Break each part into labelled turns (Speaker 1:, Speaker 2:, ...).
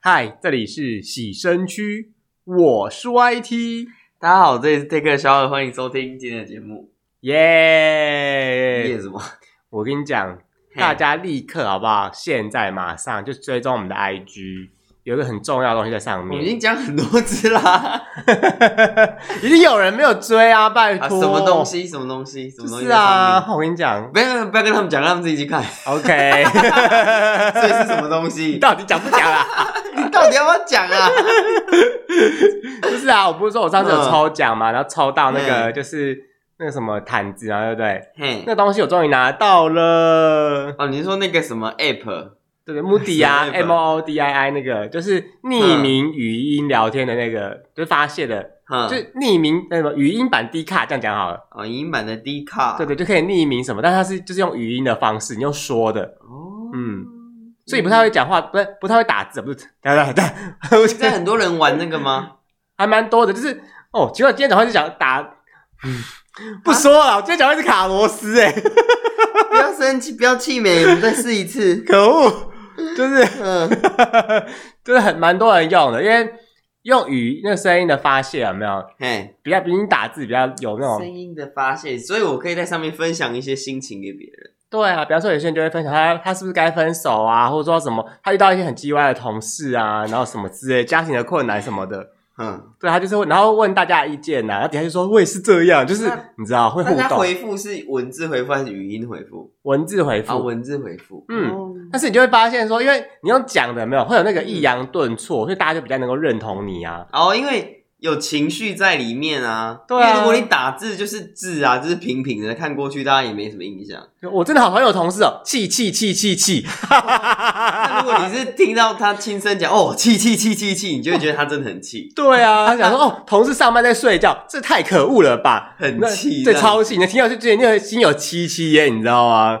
Speaker 1: 嗨，这里是洗身区，我是 YT，
Speaker 2: 大家好，这里是 Take a Shower，欢迎收听今天的节目。
Speaker 1: 耶、
Speaker 2: 夜什么？
Speaker 1: 我跟你讲，大家立刻好不好？现在马上就追踪我们的 IG，有一个很重要的东西在上
Speaker 2: 我
Speaker 1: 面。
Speaker 2: 哦们已经讲很多次啦。
Speaker 1: 已经有人没有追啊，拜托、
Speaker 2: 啊，什么东？西？什么东西？什
Speaker 1: 就
Speaker 2: 么东西？
Speaker 1: 是啊，，我跟你讲
Speaker 2: 不要不要不要跟他们讲，让他们自己去看。
Speaker 1: ，OK，
Speaker 2: 所以是什么东西？
Speaker 1: 你 到底讲不讲 啊？
Speaker 2: 你到底要不要讲 啊？
Speaker 1: 不是啊，我不是说我上次有
Speaker 2: 嗯
Speaker 1: 抽奖嘛，然后抽到那个
Speaker 2: 嗯
Speaker 1: 就是那个什么毯子啊，对不对？
Speaker 2: 嘿
Speaker 1: 那，东西我终于拿到了，
Speaker 2: 哦，你是说那个什么 App？
Speaker 1: 对对，穆迪 啊
Speaker 2: 什么 app
Speaker 1: ，M O D I I 那个就是匿名语音聊天的那个，就是发泄的，
Speaker 2: 嗯，
Speaker 1: 就是匿名那什么语音版 D 卡，这样讲好了，
Speaker 2: 哦，银版的 D 卡。
Speaker 1: 对对，就可以匿名什么，但是它是就是用语音的方式，你用说的，
Speaker 2: 哦，
Speaker 1: 嗯，所以不太会讲话，不是不太会打 字，不是，打打打，我
Speaker 2: 现在很多人玩那 个吗？
Speaker 1: 还蛮多的，就是哦，结果今天早上就想打，嗯，不说了，我今天早上是卡螺丝哎、
Speaker 2: 不要生气，不要气馁，我们再试一次。
Speaker 1: 可恶，就是
Speaker 2: 嗯，
Speaker 1: 就是很蛮多人用的，因为用语那个声音的发泄有没有
Speaker 2: 嘿，
Speaker 1: 比较比你打字比较有啊那
Speaker 2: 声
Speaker 1: 种
Speaker 2: 音的发泄，所以我可以在上面分享一些心情给别人。
Speaker 1: 对啊，比方说有些人就会分享他他是不是该分手啊，或者说什么他遇到一些很叽歪的同事啊，然后什么之类家庭的困难什么的。
Speaker 2: 嗯，
Speaker 1: 对，他就是问，然后问大家的意见啊呐、然后底下就说我也是这样，就是
Speaker 2: 那
Speaker 1: 你知道 会互
Speaker 2: 那他
Speaker 1: 动，
Speaker 2: 回复是文字回复还是语音回复？
Speaker 1: 文字回复，
Speaker 2: 啊，文字回复。
Speaker 1: 嗯
Speaker 2: 哦，
Speaker 1: 但是你就会发现说，因为你用讲的没有，会有那个
Speaker 2: 嗯
Speaker 1: 抑扬顿挫，所以大家就比较能够认同你啊。
Speaker 2: 哦，因为有情绪在里面啊。
Speaker 1: 对啊
Speaker 2: 因为如果你打字就是字啊，就是平平的，看过去大家也没什么印象。
Speaker 1: 就我真的好朋友同事哦，气气气气气。
Speaker 2: 那如果你是听到他轻声讲哦，气气气气气，你就会觉得他真的很气，
Speaker 1: 对啊，他想说哦，同事上班在睡觉，这太可恶了吧？
Speaker 2: 很
Speaker 1: 那
Speaker 2: 气这
Speaker 1: 对，
Speaker 2: 样。
Speaker 1: 超气！你听到就觉得那个心有戚戚焉，你知道吗？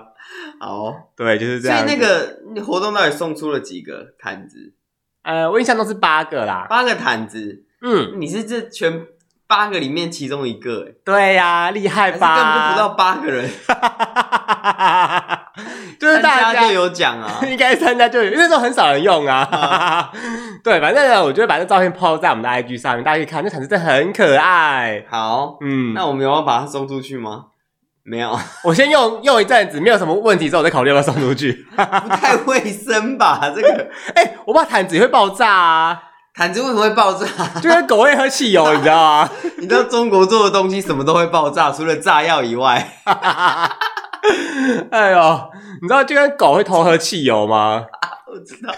Speaker 2: 好，
Speaker 1: 对，就是这
Speaker 2: 所以
Speaker 1: 样。
Speaker 2: 那，个活动到底送出了几个毯子？
Speaker 1: 呃，我印象中是八个啦。
Speaker 2: 八个毯子，
Speaker 1: 嗯，
Speaker 2: 你是这全八个里面其中一个、欸，
Speaker 1: 对呀、厉害
Speaker 2: 还是根本就
Speaker 1: 吧？
Speaker 2: 不到八个人，
Speaker 1: 到， 就是 大
Speaker 2: 大
Speaker 1: 家。
Speaker 2: 家就有奖啊
Speaker 1: 应该参加就有，因为那时候很少人用啊。 对，反正呢，我就会把这照片 PO 在我们的 IG 上面，大家可以看，那毯子真的很可爱。
Speaker 2: 好，
Speaker 1: 嗯，
Speaker 2: 那我们有要把它送出去吗？没有，
Speaker 1: 我先用用一阵子，没有什么问题之后，我再考虑要不要送出去。
Speaker 2: 不太卫生 吧？这个
Speaker 1: 哎、我怕毯子也会爆炸啊，
Speaker 2: 毯子为什么会爆炸？
Speaker 1: 就跟狗会喝汽油，你知道吗？
Speaker 2: 你知道中国做的东西什么都会爆炸，除了炸药以外，
Speaker 1: 哎呦，你知道就跟狗会偷喝汽油吗？
Speaker 2: 我知道。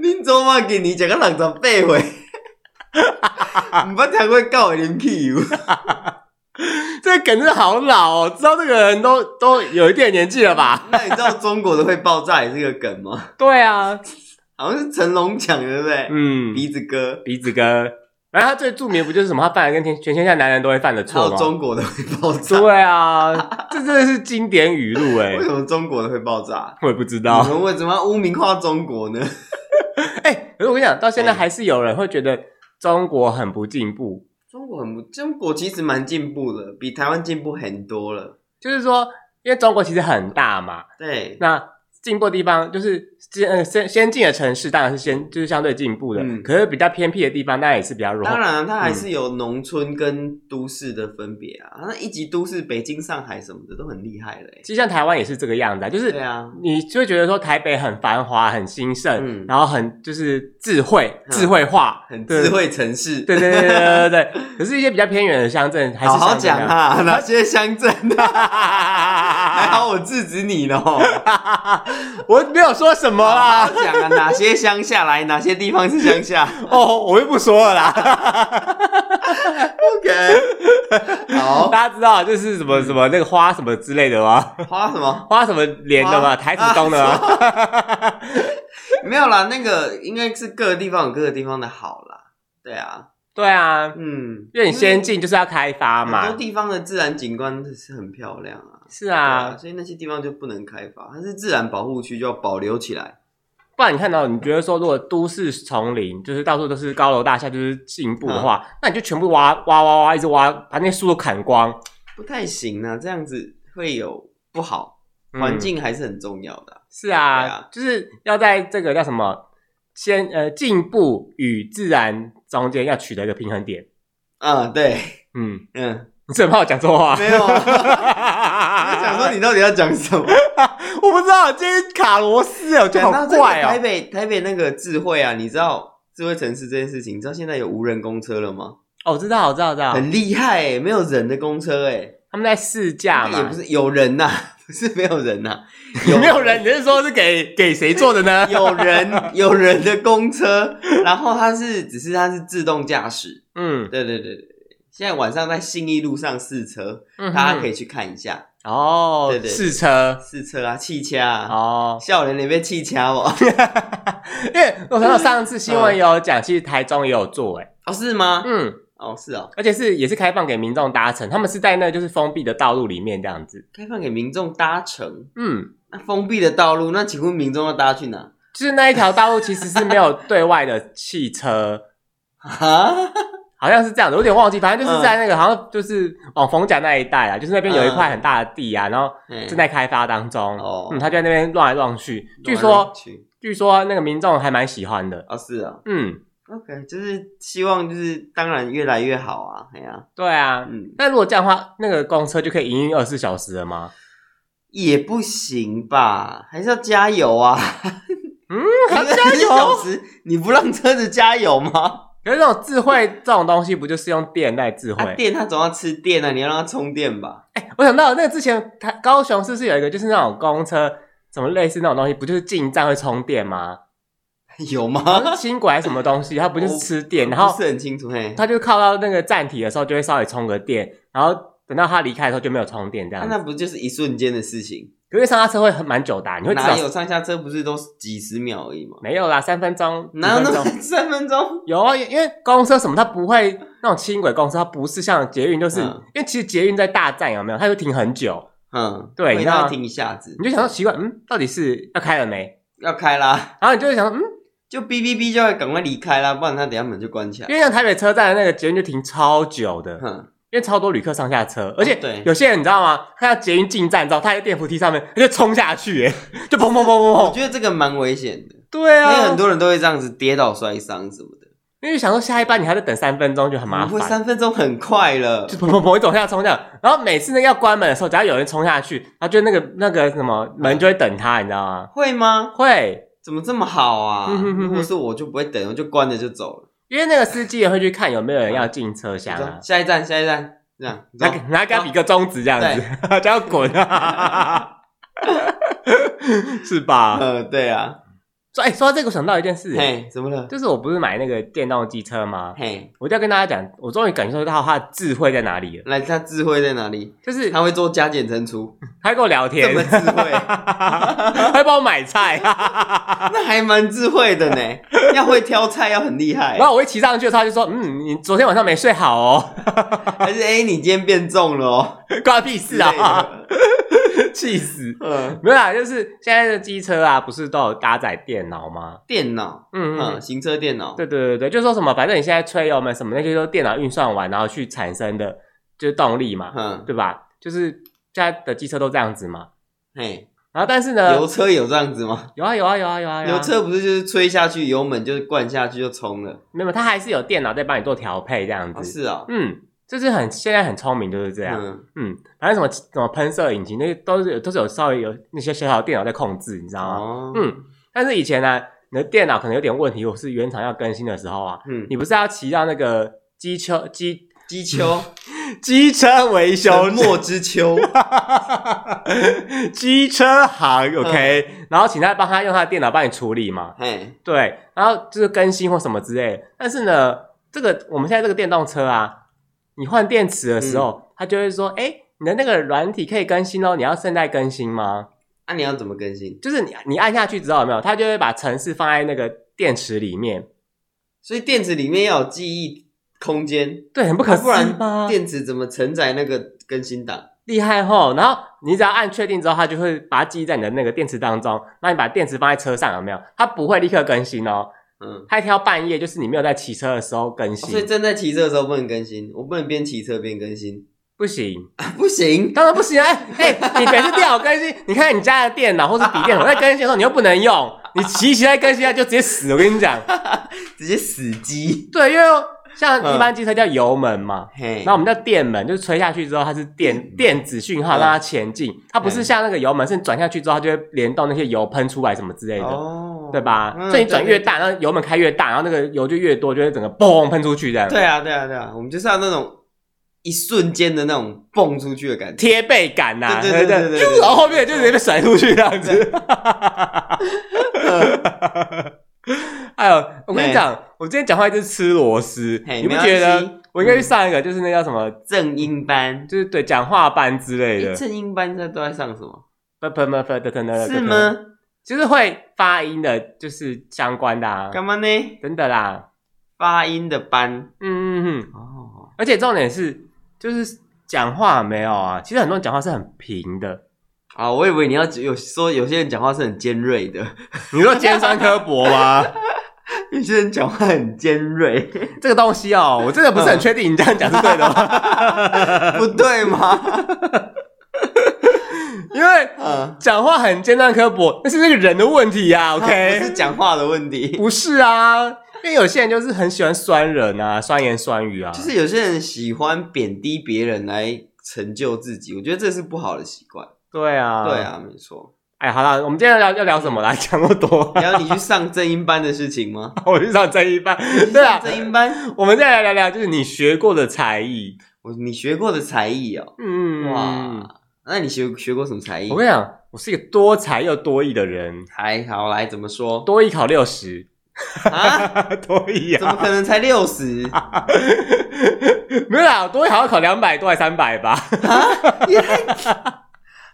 Speaker 2: 恁祖妈给 你讲个六十八岁， 唔捌听过狗会啉汽油。
Speaker 1: 这个梗真的好老哦，知道这个人都都有一点年纪了吧？
Speaker 2: 那你知道中国的会爆炸也是个梗吗？
Speaker 1: 对啊，
Speaker 2: 好像是成龙讲的，对不对？
Speaker 1: 嗯，
Speaker 2: 鼻子哥，
Speaker 1: 鼻子哥。然后他最著名的不就是什么？他犯了跟天全天下男人都会犯的
Speaker 2: 还
Speaker 1: 错
Speaker 2: 有
Speaker 1: 吗？
Speaker 2: 中国的会爆炸。
Speaker 1: 对啊，这真的是经典语录哎、
Speaker 2: 为什么中国的会爆炸？
Speaker 1: 我也不知
Speaker 2: 你
Speaker 1: 道。
Speaker 2: 们为什么要污名化中国呢？
Speaker 1: 哎、可是我跟你讲，到现在
Speaker 2: 哎
Speaker 1: 还是有人会觉得中国很不进步，
Speaker 2: 中国很不，中国其实蛮进步的，比台湾进步很多了。
Speaker 1: 就是说，因为中国其实很大嘛，
Speaker 2: 对，
Speaker 1: 那进步的地方就是先呃先先进的城市当然是先就是相对进步的，
Speaker 2: 嗯
Speaker 1: 可是比较偏僻的地方当然也嗯是比较弱。
Speaker 2: 当然啊它还是有农村跟都市的分别啊。那一级都市，北京、上海什么的都很厉害了、欸。
Speaker 1: 其实像台湾也是这个样子啊，就是
Speaker 2: 对啊，
Speaker 1: 你就会觉得说台北很繁华、很兴盛，
Speaker 2: 嗯
Speaker 1: 然后很就是智慧、
Speaker 2: 嗯
Speaker 1: 智慧化，
Speaker 2: 很
Speaker 1: 对
Speaker 2: 智。慧城市。
Speaker 1: 对对对对对对对，可是一些比较偏远的乡镇还是
Speaker 2: 好好
Speaker 1: 像这
Speaker 2: 讲
Speaker 1: 样。
Speaker 2: 啊，哪些乡镇 啊？
Speaker 1: 啊
Speaker 2: 还好我制止你 了哦。
Speaker 1: 我没有说什么
Speaker 2: 好
Speaker 1: 啦
Speaker 2: 好，讲啊，哪些乡下来，哪些地方是乡下
Speaker 1: 哦，我又不说了啦。
Speaker 2: ？OK，好，
Speaker 1: 大家知道就是什么什么那个花什么之类的吗？
Speaker 2: 花什么？
Speaker 1: 花什么莲的吗？
Speaker 2: 花
Speaker 1: 台什么东的啊吗？
Speaker 2: 没有啦，那个应该是各个地方有各个地方的好啦。对啊，
Speaker 1: 对啊，
Speaker 2: 嗯，
Speaker 1: 因为你先进就是要开发
Speaker 2: 很
Speaker 1: 嘛
Speaker 2: 多。地方的自然景观是很漂亮啊。
Speaker 1: 是
Speaker 2: 啊，
Speaker 1: 啊，
Speaker 2: 所以那些地方就不能开发，它是自然保护区，就要保留起来。
Speaker 1: 不然你看到你觉得说，如果都市丛林就是到处都是高楼大厦，就是进步的话，那你就全部挖挖挖挖，一直挖，把那些树都砍光。
Speaker 2: 不太行啊，这样子会有不好。
Speaker 1: 嗯
Speaker 2: 环境还是很重要的啊、
Speaker 1: 是啊，
Speaker 2: 对啊
Speaker 1: 就是要在这个叫什么先呃进步与自然中间要取得一个平衡点。
Speaker 2: 啊，对，
Speaker 1: 嗯，
Speaker 2: 嗯，
Speaker 1: 你是很怕我讲错话？
Speaker 2: 没有啊。 我想
Speaker 1: 想
Speaker 2: 说你到底要讲 什么？
Speaker 1: 我不知道，今天卡螺丝哦，我觉得
Speaker 2: 讲到
Speaker 1: 好
Speaker 2: 这个
Speaker 1: 怪
Speaker 2: 台
Speaker 1: 哦。
Speaker 2: 北台北那个智慧啊，你知道智慧城市这件事情，你知道现在有无人公车了吗？
Speaker 1: 哦，我知道，我知道，我知道，
Speaker 2: 很厉害、欸，没有人的公车哎、
Speaker 1: 他们在试驾嘛
Speaker 2: 也不。是有人呐、 不是没有人呐、
Speaker 1: 有没有 人？你是说是给给谁做的呢？
Speaker 2: 有人有人的公车，然后它是只是它是自动驾驶，
Speaker 1: 嗯，
Speaker 2: 对对对对。现在晚上在信义路上试车，
Speaker 1: 嗯
Speaker 2: 大家可
Speaker 1: 以
Speaker 2: 以去看一下
Speaker 1: 哦
Speaker 2: 对，对
Speaker 1: 试车
Speaker 2: 试车啊，汽车啊，
Speaker 1: 哦。
Speaker 2: 笑脸那边汽车哦，
Speaker 1: 因为我看到上次新闻有讲，其实台中也有做，哎，
Speaker 2: 哦是吗？
Speaker 1: 嗯，
Speaker 2: 哦是哦，
Speaker 1: 而且是也是开放给民众搭乘，他们是在那就是封闭的道路里面这样子。
Speaker 2: 开放给民众搭乘，
Speaker 1: 嗯，
Speaker 2: 那封闭的道路，那请问民众要搭去哪？
Speaker 1: 就是那一条道路其实是没有对外的汽车，
Speaker 2: 啊，
Speaker 1: 好像是这样的，我有点忘记，反正
Speaker 2: 嗯
Speaker 1: 就是在那个、好像就是往逢甲那一带啊，就是那边有一块很大的地啊，然后
Speaker 2: 嗯
Speaker 1: 正在开发当中。
Speaker 2: 哦
Speaker 1: 嗯，他就在那边乱来乱去，据说据说那个民众还蛮喜欢的。
Speaker 2: 哦是哦
Speaker 1: 嗯，
Speaker 2: ，OK，就是希望就是当然越来越好啊，哎呀、
Speaker 1: 对啊。
Speaker 2: 嗯，
Speaker 1: 那如果这样的话，那个公车就可以营运二十四小时了 吗？
Speaker 2: 也不行吧，还是要加油啊！
Speaker 1: 嗯， 还是
Speaker 2: 一
Speaker 1: 加
Speaker 2: 个小
Speaker 1: 油。
Speaker 2: 时你不让车子加油吗？
Speaker 1: 可是那种智慧这种东西，不就是用电来智慧？
Speaker 2: 啊，电它总要吃电啊，你要让它充 电吧？
Speaker 1: 我想到那个之前，他高雄是不是有一个就是那种公车，什么类似那种东西，不就是进站会充电吗？
Speaker 2: 有
Speaker 1: 好像
Speaker 2: 吗？
Speaker 1: 是轻轨还是什么东西，它不就是吃电，然
Speaker 2: 哦不
Speaker 1: 后
Speaker 2: 是很清楚嘿。
Speaker 1: 它就靠到那个站体的时候就会稍微充个电，然后等到它离开的时候就没有充电这
Speaker 2: 那
Speaker 1: 样
Speaker 2: 啊那
Speaker 1: 子。
Speaker 2: 不就是一瞬间的事情？
Speaker 1: 可是上下车会很蛮久的啊、你会至
Speaker 2: 哪
Speaker 1: 少
Speaker 2: 有上下车不是都几十秒而已吗？
Speaker 1: 没有啦，三分钟，
Speaker 2: 哪
Speaker 1: 五
Speaker 2: 有那
Speaker 1: 分
Speaker 2: 么
Speaker 1: 钟
Speaker 2: 三分钟？
Speaker 1: 有啊，因为公车什么它不会那种轻轨公车，它不是像捷运，就是、
Speaker 2: 嗯
Speaker 1: 因为其实捷运在大站有没有，它就停很久，
Speaker 2: 嗯，
Speaker 1: 对
Speaker 2: 会
Speaker 1: 你知道
Speaker 2: 让它停一下子，
Speaker 1: 你就想到奇怪，嗯，到底是要开了没？
Speaker 2: 要开啦，
Speaker 1: 然后你就会想说，嗯，
Speaker 2: 就哔哔哔就要赶快离开啦，不然它等一下门就关起来
Speaker 1: 因。为像台北车站的那个捷运就停超久的，
Speaker 2: 哼，
Speaker 1: 因为超多旅客上下车，而且
Speaker 2: 嗯哦对
Speaker 1: 有些人你知道吗？看到捷运进站之后，他在电扶梯上面他就冲下去，哎，就砰砰砰
Speaker 2: 我
Speaker 1: 砰砰。
Speaker 2: 觉得这个蛮危险的，
Speaker 1: 对
Speaker 2: 因为
Speaker 1: 啊，
Speaker 2: 很多人都会这样子跌倒摔伤什么的。
Speaker 1: 因为想说下一班你还得等三分钟，就很麻
Speaker 2: 嗯不会
Speaker 1: 烦。
Speaker 2: 三分钟很快了
Speaker 1: 就，砰砰砰一直往下冲这样，然后每次那个要关门的时候，只要有人冲下去，然后就那个那个什么门就会等他，你知道吗？
Speaker 2: 会吗？
Speaker 1: 会，
Speaker 2: 怎么这么好啊？
Speaker 1: 嗯哼哼哼
Speaker 2: 如果是我就不会等，我就关了就走了。
Speaker 1: 因为那个司机也会去看有没有人要进车厢
Speaker 2: 走
Speaker 1: 啊，
Speaker 2: 下一站，下一站，这样。
Speaker 1: 拿给拿给他比个中 指这样子，就要滚啊， 是吧？
Speaker 2: 呃，对啊，
Speaker 1: 说哎、说到这个，我想到一件事，
Speaker 2: 嘿，怎么了？
Speaker 1: 就是我不是买那个电动机车吗？
Speaker 2: 嘿，
Speaker 1: 我就要跟大家讲，我终于感受到它的智慧在哪里了。
Speaker 2: 来，他智慧在哪里？
Speaker 1: 就是
Speaker 2: 他会做加减乘除，
Speaker 1: 他跟我聊
Speaker 2: 这
Speaker 1: 天
Speaker 2: 么，哎 智慧，
Speaker 1: 他会帮我买菜，
Speaker 2: 那还蛮智慧的呢。要会挑菜，要很厉 害
Speaker 1: 然。后我一骑上去的时候，他就说：“嗯，你昨天晚上没睡好哦，
Speaker 2: 还是哎，你今天变重了哦。
Speaker 1: 关我屁事啊， 气死！”
Speaker 2: 嗯，
Speaker 1: 没有啦，就是现在的机车啊，不是都有搭载电脑吗？
Speaker 2: 电脑，
Speaker 1: 嗯嗯
Speaker 2: 嗯，，行车电脑，
Speaker 1: 对对对对，就说什么，反正你现在吹油门什么那些，都是电脑运算完然后去产生的，就是动力嘛，
Speaker 2: 嗯，
Speaker 1: 对吧？就是现在的机车都这样子嘛。
Speaker 2: 嘿，
Speaker 1: 然后但是呢，
Speaker 2: 油车有这样子吗？
Speaker 1: 有啊有啊有啊有呃啊，有啊
Speaker 2: 油车不是就是吹下去，油门就是灌下去就冲了。
Speaker 1: 没有，它还是有电脑在帮你做调配这样
Speaker 2: 哦，
Speaker 1: 子。
Speaker 2: 是啊，
Speaker 1: 嗯，就是很现在很聪明，就是这样。
Speaker 2: 嗯，
Speaker 1: 嗯，反正什么什么喷射引擎那些都是有都是有稍微有那些小小的电脑在控制，你知道吗？
Speaker 2: 哦，
Speaker 1: 嗯，但是以前呢、你的电脑可能有点问题，或是原厂要更新的时候啊，
Speaker 2: 嗯，
Speaker 1: 你不是要骑到那个机车机
Speaker 2: 机丘，
Speaker 1: 机车维修
Speaker 2: 沉 默之丘，
Speaker 1: 机车行 OK，、然后请他帮他用他的电脑帮你处理嘛，
Speaker 2: 嘿，
Speaker 1: 对，然后就是更新或什么之类的。但是呢，这个我们现在这个电动车啊，你换电池的时候，它就会说，哎，你的那个软体可以更新哦，你要现在更新吗？
Speaker 2: 那、啊你要怎么更新？
Speaker 1: 就是你你按下去之后有没有，它就会把程式放在那个电池里面，
Speaker 2: 所以电池里面要有记忆空间，
Speaker 1: 对，很不可
Speaker 2: 啊、不
Speaker 1: 思议
Speaker 2: 然
Speaker 1: 吧？
Speaker 2: 电池怎么承载那个更新档？
Speaker 1: 厉害吼！然后你只要按确定之后，它就会把它记忆在你的那个电池当中。那你把电池放在车上有没有？它不会立刻更新哦，
Speaker 2: 嗯，
Speaker 1: 它一定要半夜，就是你没有在骑车的时候更
Speaker 2: 哦
Speaker 1: 新，
Speaker 2: 所以正在骑车的时候不能更新，我不能边骑车边更新，
Speaker 1: 不行。
Speaker 2: 啊、不行。
Speaker 1: 当然 不行啊！哎、哎你每次电脑更新，你看你家的电脑或是笔电脑在更新的时候，你又不能用，你骑一骑再更新它就直接死，我跟你 讲。
Speaker 2: 直接死机。
Speaker 1: 对，因为像
Speaker 2: 嗯
Speaker 1: 一般机车叫油门嘛，
Speaker 2: 嘿，
Speaker 1: 那、我们叫电门，就是吹下去之后它是电电子讯号让
Speaker 2: 嗯
Speaker 1: 它前进，它不是
Speaker 2: 嗯
Speaker 1: 像那个油门是你转下去之后它就会联动那些油喷出来什么之类的。
Speaker 2: 哦
Speaker 1: 对吧？
Speaker 2: 嗯
Speaker 1: 所以你转越
Speaker 2: 对
Speaker 1: 大，然后油门开越大，然后那个油就越多，就会整个嘣喷出去这样。
Speaker 2: 对啊，对啊，对啊，我们就是要那种一瞬间的那种蹦出去的感觉。
Speaker 1: 贴背感呐、
Speaker 2: 对对对对对对
Speaker 1: 就然后后面就直接被甩出去这样子。哎呦，我跟你讲，我今天讲话一直吃螺丝，
Speaker 2: 嘿
Speaker 1: 你不
Speaker 2: 没关
Speaker 1: 觉
Speaker 2: 系
Speaker 1: 得我应该去上一个，就是那叫什么，
Speaker 2: 正音班，
Speaker 1: 就是对讲话班之类的啊
Speaker 2: 诶，正音班现在都在上什么？
Speaker 1: 不不不不不不，
Speaker 2: 是？吗？
Speaker 1: 就是会发音的，就是相关的啊，
Speaker 2: 干嘛呢？
Speaker 1: 真的啦，
Speaker 2: 发音的班
Speaker 1: 嗯嗯嗯，
Speaker 2: 哦，
Speaker 1: 而且重点是，就是讲话没有啊，其实很多人讲话是很平的，
Speaker 2: 啊，我以为你要只有说有些人讲话是很尖锐的，
Speaker 1: 你说尖酸刻薄吗？
Speaker 2: 有些人讲话很 尖锐，
Speaker 1: 这个东西哦，我真的不是很确定你这样讲是对的吗？
Speaker 2: 不 对吗？
Speaker 1: 因为
Speaker 2: 嗯
Speaker 1: 讲话很尖酸刻薄，那是那个人的问题呀、啊。
Speaker 2: 不是
Speaker 1: OK，
Speaker 2: 讲话的问题，
Speaker 1: 不是啊，因为有些人就是很喜欢酸人啊，酸言酸语啊。
Speaker 2: 就是有些人喜欢贬低别人来成就自己，我觉得这是不好的习惯。
Speaker 1: 对啊，
Speaker 2: 对。啊，没错。
Speaker 1: 哎，好了，我们今天要聊要聊什么啦？讲那么多，啊
Speaker 2: 然后你去上正音班的事情吗？
Speaker 1: 我就想这一半。 对啊
Speaker 2: 上，正音班，
Speaker 1: 我们再来聊聊，就是你学过的才艺。
Speaker 2: 我你学过的才艺哦，
Speaker 1: 嗯，哇，
Speaker 2: 哇，那你学学过什么才艺
Speaker 1: 我？跟你讲，我是一个多才又多艺的人，
Speaker 2: 还好来怎 么说
Speaker 1: 多艺考六十，
Speaker 2: 啊？
Speaker 1: 多艺啊，
Speaker 2: 怎么可能才六十？
Speaker 1: 没有啦，多一好像考两百多还三百吧。
Speaker 2: 也太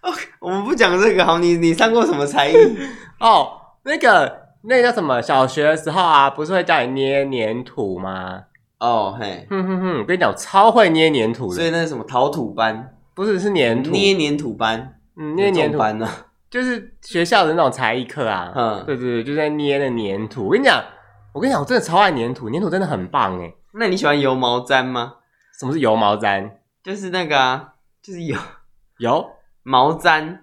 Speaker 2: OK，我们不讲这个好，你你上过什么才艺？
Speaker 1: 哦，那个那个叫什么？小学的时候啊，不是会叫你捏粘土吗？
Speaker 2: 哦嘿，
Speaker 1: 哼哼哼，我跟你讲，我超会捏粘土
Speaker 2: 所
Speaker 1: 的，
Speaker 2: 以那是什么陶土班、
Speaker 1: 不是是粘土，
Speaker 2: 捏黏土班、
Speaker 1: 嗯捏粘
Speaker 2: 这种
Speaker 1: 土，
Speaker 2: 班呢？
Speaker 1: 就是学校的那种才艺课啊。
Speaker 2: 嗯
Speaker 1: 对对对，就在捏那粘土。我跟你讲，我跟你讲，我真的超爱粘土，粘土真的很棒哎。
Speaker 2: 那你喜欢油毛毡吗？
Speaker 1: 什么是油毛毡？
Speaker 2: 就是那个啊，就是油
Speaker 1: 油
Speaker 2: 毛毡，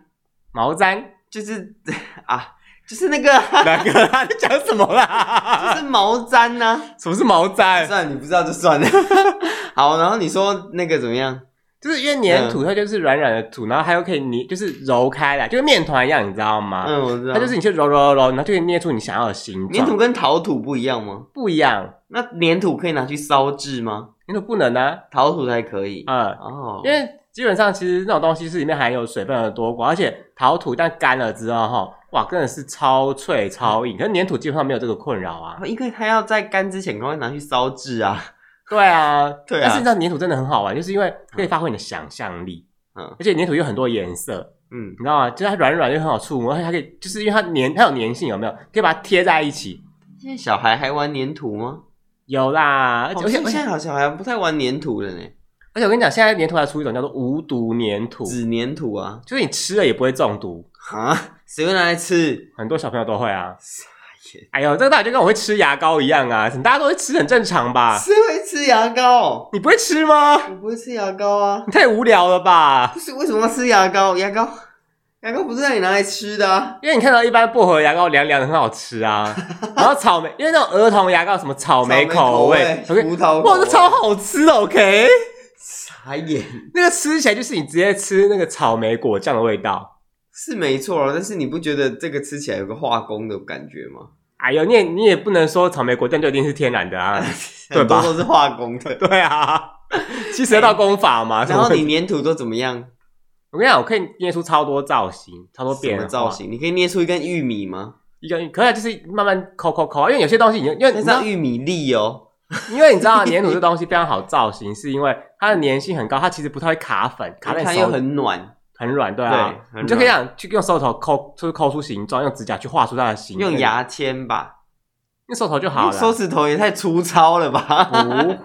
Speaker 1: 毛毡？
Speaker 2: 就是 啊，就是那个啊、
Speaker 1: 哪个啦？你讲什么
Speaker 2: 就
Speaker 1: 啦？
Speaker 2: 是毛毡呐、啊。
Speaker 1: 什么是毛毡？
Speaker 2: 算了，你不知道就算了。 好，然后你说那个怎么样？
Speaker 1: 就是因为粘土它就是软软的土，然后它又可以捏，就是揉开来，就跟面团一样，你知道吗？
Speaker 2: 嗯，我知道，
Speaker 1: 啊它就是你去揉揉揉揉，然后就可以捏出你想要的形状。
Speaker 2: 粘土跟陶土不一样吗？
Speaker 1: 不一样，
Speaker 2: 那粘土可以拿去烧制吗？
Speaker 1: 粘土不能啊，
Speaker 2: 陶土才可以。
Speaker 1: 嗯，
Speaker 2: 哦，
Speaker 1: 因为基本上其实那种东西是里面含有水分的多寡，而且陶土一旦干了之后哈，哇，真的是超脆超硬。可是粘土基本上没有这个困扰 啊。
Speaker 2: 因为它要在干之前赶快拿去烧制啊。
Speaker 1: 对啊，
Speaker 2: 对啊
Speaker 1: 但是你知道粘土真的很好玩，就是因为可以发挥你的想象力，
Speaker 2: 嗯
Speaker 1: 而且粘土有很多颜色，
Speaker 2: 嗯，
Speaker 1: 你知道吗？就是它软软又很好触摸，而且它可以，就是因为它粘，它有粘性，有没有？可以把它贴在一起。
Speaker 2: 现在小孩还玩粘土吗？
Speaker 1: 有啦，而
Speaker 2: 而
Speaker 1: 且、
Speaker 2: 且
Speaker 1: 啊而且
Speaker 2: 现在好像小孩不太玩粘土了呢，
Speaker 1: 而且我跟你讲，现在粘土还出一种叫做无毒粘土，
Speaker 2: 纸粘土啊。
Speaker 1: 就是你吃了也不会中毒，
Speaker 2: 啊，谁会拿来吃？
Speaker 1: 很多小朋友都会 啊。
Speaker 2: 谁
Speaker 1: 哎呦，这个大就跟我会吃牙膏一样啊，大家都会吃，很正常吧？
Speaker 2: 会吃牙膏？
Speaker 1: 你不会吃吗？
Speaker 2: 我不会吃牙膏啊。
Speaker 1: 你太无聊了吧？
Speaker 2: 不是为什么要吃牙膏？牙膏，牙膏不是让你拿来吃的啊。
Speaker 1: 因为你看到一般薄荷牙膏凉凉的很好吃 啊，然后草莓，因为那种儿童牙膏什么草莓哦口味
Speaker 2: 草莓口味
Speaker 1: ，OK，
Speaker 2: 葡萄口
Speaker 1: 哇，
Speaker 2: 味
Speaker 1: 这超好吃的，OK。
Speaker 2: 傻眼，
Speaker 1: 那个吃起来就是你直接吃那个草莓果酱的味道。
Speaker 2: 是没错啊，但是你不觉得这个吃起来有个化工的感觉吗？
Speaker 1: 哎呦，你也你也不能说草莓果酱就一定是天然的 啊，对
Speaker 2: 很
Speaker 1: 吧
Speaker 2: 多都是化 工的。
Speaker 1: 对啊，七十二道功法嘛。什
Speaker 2: 哎然
Speaker 1: 么
Speaker 2: 后你粘土都怎么样？
Speaker 1: 我跟你讲，我可以捏出超多造型，超多
Speaker 2: 什
Speaker 1: 变
Speaker 2: 么
Speaker 1: 化
Speaker 2: 造，型？你可以捏出一根玉米吗？
Speaker 1: 一个可以就是慢慢抠抠抠啊，因为有些东西你就因为你
Speaker 2: 那
Speaker 1: 知道
Speaker 2: 是，玉米粒哦。
Speaker 1: 因为你知道啊粘土这东西非常好造型，是因为它的粘性很高，它其实不太会卡粉，卡在
Speaker 2: 它
Speaker 1: 手
Speaker 2: 又很暖，
Speaker 1: 很软，对啊
Speaker 2: 对，很
Speaker 1: 你就可以让去用手头抠，就是抠出形状，用指甲去画出它的形，
Speaker 2: 用，牙签吧。
Speaker 1: 用手头就好
Speaker 2: 用
Speaker 1: 了。
Speaker 2: 手指头也太粗糙了吧？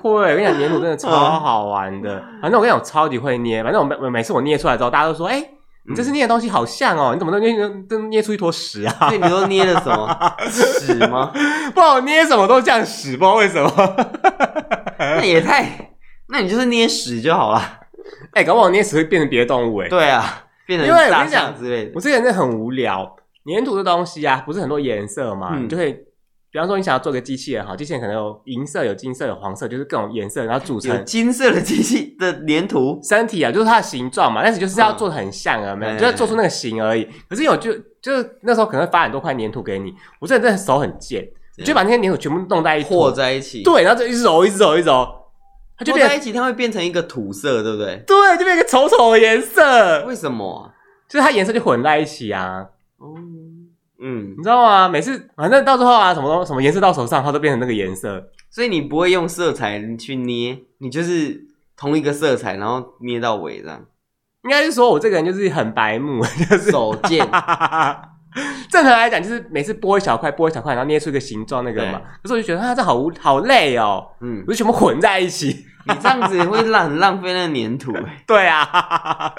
Speaker 1: 不会，我跟你讲，粘土真的超
Speaker 2: 哦
Speaker 1: 好玩的。反正我跟你讲，我超级会捏。反正我每我每次我捏出来之后，大家都说：“哎、
Speaker 2: 嗯
Speaker 1: 你这次捏的东西好像哦，你怎么都捏都捏出一坨屎啊
Speaker 2: 所以你都捏了什么屎吗？？”
Speaker 1: 不然我捏什么都像屎，不知道为什么。
Speaker 2: 那也太……那你就是捏屎就好了。
Speaker 1: 哎、搞不好我捏屎会变成别的动物哎、
Speaker 2: 对啊，变成
Speaker 1: 因为我跟
Speaker 2: 大
Speaker 1: 你讲
Speaker 2: 象之类的。
Speaker 1: 我这个人真的很无聊，粘土这东西啊，不是很多颜色嘛，
Speaker 2: 嗯
Speaker 1: 你就可以，比方说你想要做个机器人哈，机器人可能有银色、有金色、有黄色，就是各种颜色，然后组
Speaker 2: 有
Speaker 1: 成
Speaker 2: 金色的机器的粘土，
Speaker 1: 身体啊，就是它的形状嘛，但是就是要做的很像啊，没有，
Speaker 2: 嗯
Speaker 1: 就是做出那个形而已。可是有就就是那时候可能会发很多块粘土给你，我真的真的手很贱，
Speaker 2: 对
Speaker 1: 就把那些粘土全部弄在一坨
Speaker 2: 和，在一起，
Speaker 1: 对，然后就一直揉一直揉一直揉，它就
Speaker 2: 和
Speaker 1: 变
Speaker 2: 在一起，它会变成一个土色，对不对？
Speaker 1: 对，就变一个丑丑的颜色，
Speaker 2: 为什么啊？
Speaker 1: 就是它颜色就混在一起啊，
Speaker 2: 哦，嗯
Speaker 1: 你，知道吗？每次反正到最后啊，什么东什么颜色到手上，它都变成那个颜色。
Speaker 2: 所以你不会用色彩去捏，你就是同一个色彩，然后捏到尾这 样，
Speaker 1: 应该是说我这个人就是很白目，就是
Speaker 2: 手贱。
Speaker 1: 正常来讲，就是每次剥一小块，剥一小块，然后捏出一个形状那个嘛。可是我就觉得啊，这好无好累哦，
Speaker 2: 嗯
Speaker 1: 不，是全部混在一起。
Speaker 2: 你这样子会浪很浪费那个粘土、欸。
Speaker 1: 对啊，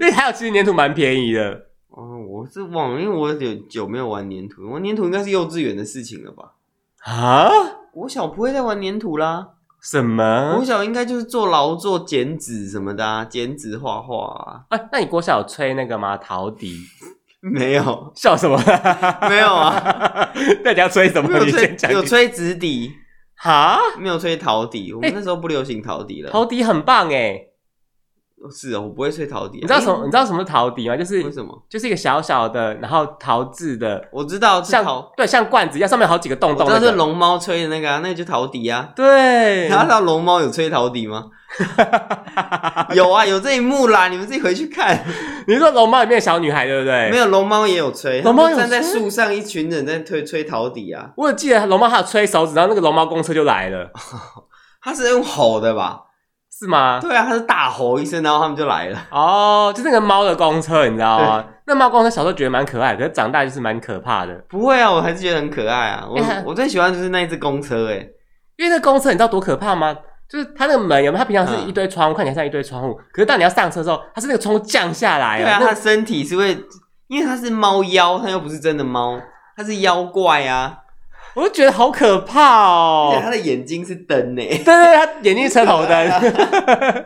Speaker 1: 因为还有其实粘土蛮便宜的，
Speaker 2: 哦，我是忘了，因为我有久没有玩粘土，玩粘土应该是幼稚园的事情了吧？
Speaker 1: 啊？
Speaker 2: 国小不会再玩粘土啦，
Speaker 1: 什么
Speaker 2: 国？小应该就是做劳作、剪纸什么的啊，剪纸画画啊。
Speaker 1: 哎、那你国小有吹那个吗？陶笛？
Speaker 2: 没有，
Speaker 1: 笑什么？
Speaker 2: 没有啊，
Speaker 1: 大家吹什
Speaker 2: 没
Speaker 1: 么？
Speaker 2: 有
Speaker 1: 你先讲
Speaker 2: 吹，
Speaker 1: 一
Speaker 2: 有
Speaker 1: 下。
Speaker 2: 吹纸笛，
Speaker 1: 哈，
Speaker 2: 没有吹陶笛。我们那时候不流行陶笛了。
Speaker 1: 哎陶笛很棒哎！
Speaker 2: 是哦，我不会吹陶笛啊。
Speaker 1: 你知道什么？
Speaker 2: 哎
Speaker 1: 你知道什么是陶笛吗？就是
Speaker 2: 为什么？
Speaker 1: 就是一个小小的，然后陶制的，
Speaker 2: 我知道是
Speaker 1: 像
Speaker 2: 陶，
Speaker 1: 对像罐子一样，上面有好几个洞
Speaker 2: 我
Speaker 1: 洞、
Speaker 2: 知
Speaker 1: 那
Speaker 2: 道
Speaker 1: 个。嗯
Speaker 2: 是龙猫吹的那个啊，那个就陶笛啊。
Speaker 1: 对，
Speaker 2: 你知道龙猫有吹陶 笛吗？有啊，有这一幕啦，你们自己回去看。
Speaker 1: 你是说龙猫里面的小女孩对不对？
Speaker 2: 没有，龙猫也有吹，
Speaker 1: 哎龙猫有
Speaker 2: 它就站在
Speaker 1: 吹
Speaker 2: 树上，一群人在吹吹陶笛啊。
Speaker 1: 我有记得龙猫还有吹手指，然后那个龙猫公车就来 了，
Speaker 2: 它是用吼的吧？
Speaker 1: 是吗？
Speaker 2: 对啊，它是大吼一声，然后他们就来了。
Speaker 1: 哦，就那个猫的公车，你知道吗？那猫公车小时候觉得蛮可爱，可是长大就是蛮可怕的。
Speaker 2: 不会啊，我还是觉得很可爱啊。我
Speaker 1: 哎呀
Speaker 2: 我最喜欢就是那一只公车、欸，
Speaker 1: 因为那公车你知道多可怕吗？就是它那个门有没有？它平常是
Speaker 2: 嗯
Speaker 1: 一堆窗户，看起来像一堆窗户，可是当你要上车之后，它是那个窗户降下来
Speaker 2: 对
Speaker 1: 哎
Speaker 2: 啊，
Speaker 1: 那
Speaker 2: 它身体是会，因为它是猫妖，它又不是真的猫，它是妖怪啊。
Speaker 1: 我就觉得好可怕哦
Speaker 2: 而且。它的眼睛是灯呢、欸，
Speaker 1: 对 对对，它眼睛是车 头灯，
Speaker 2: 啊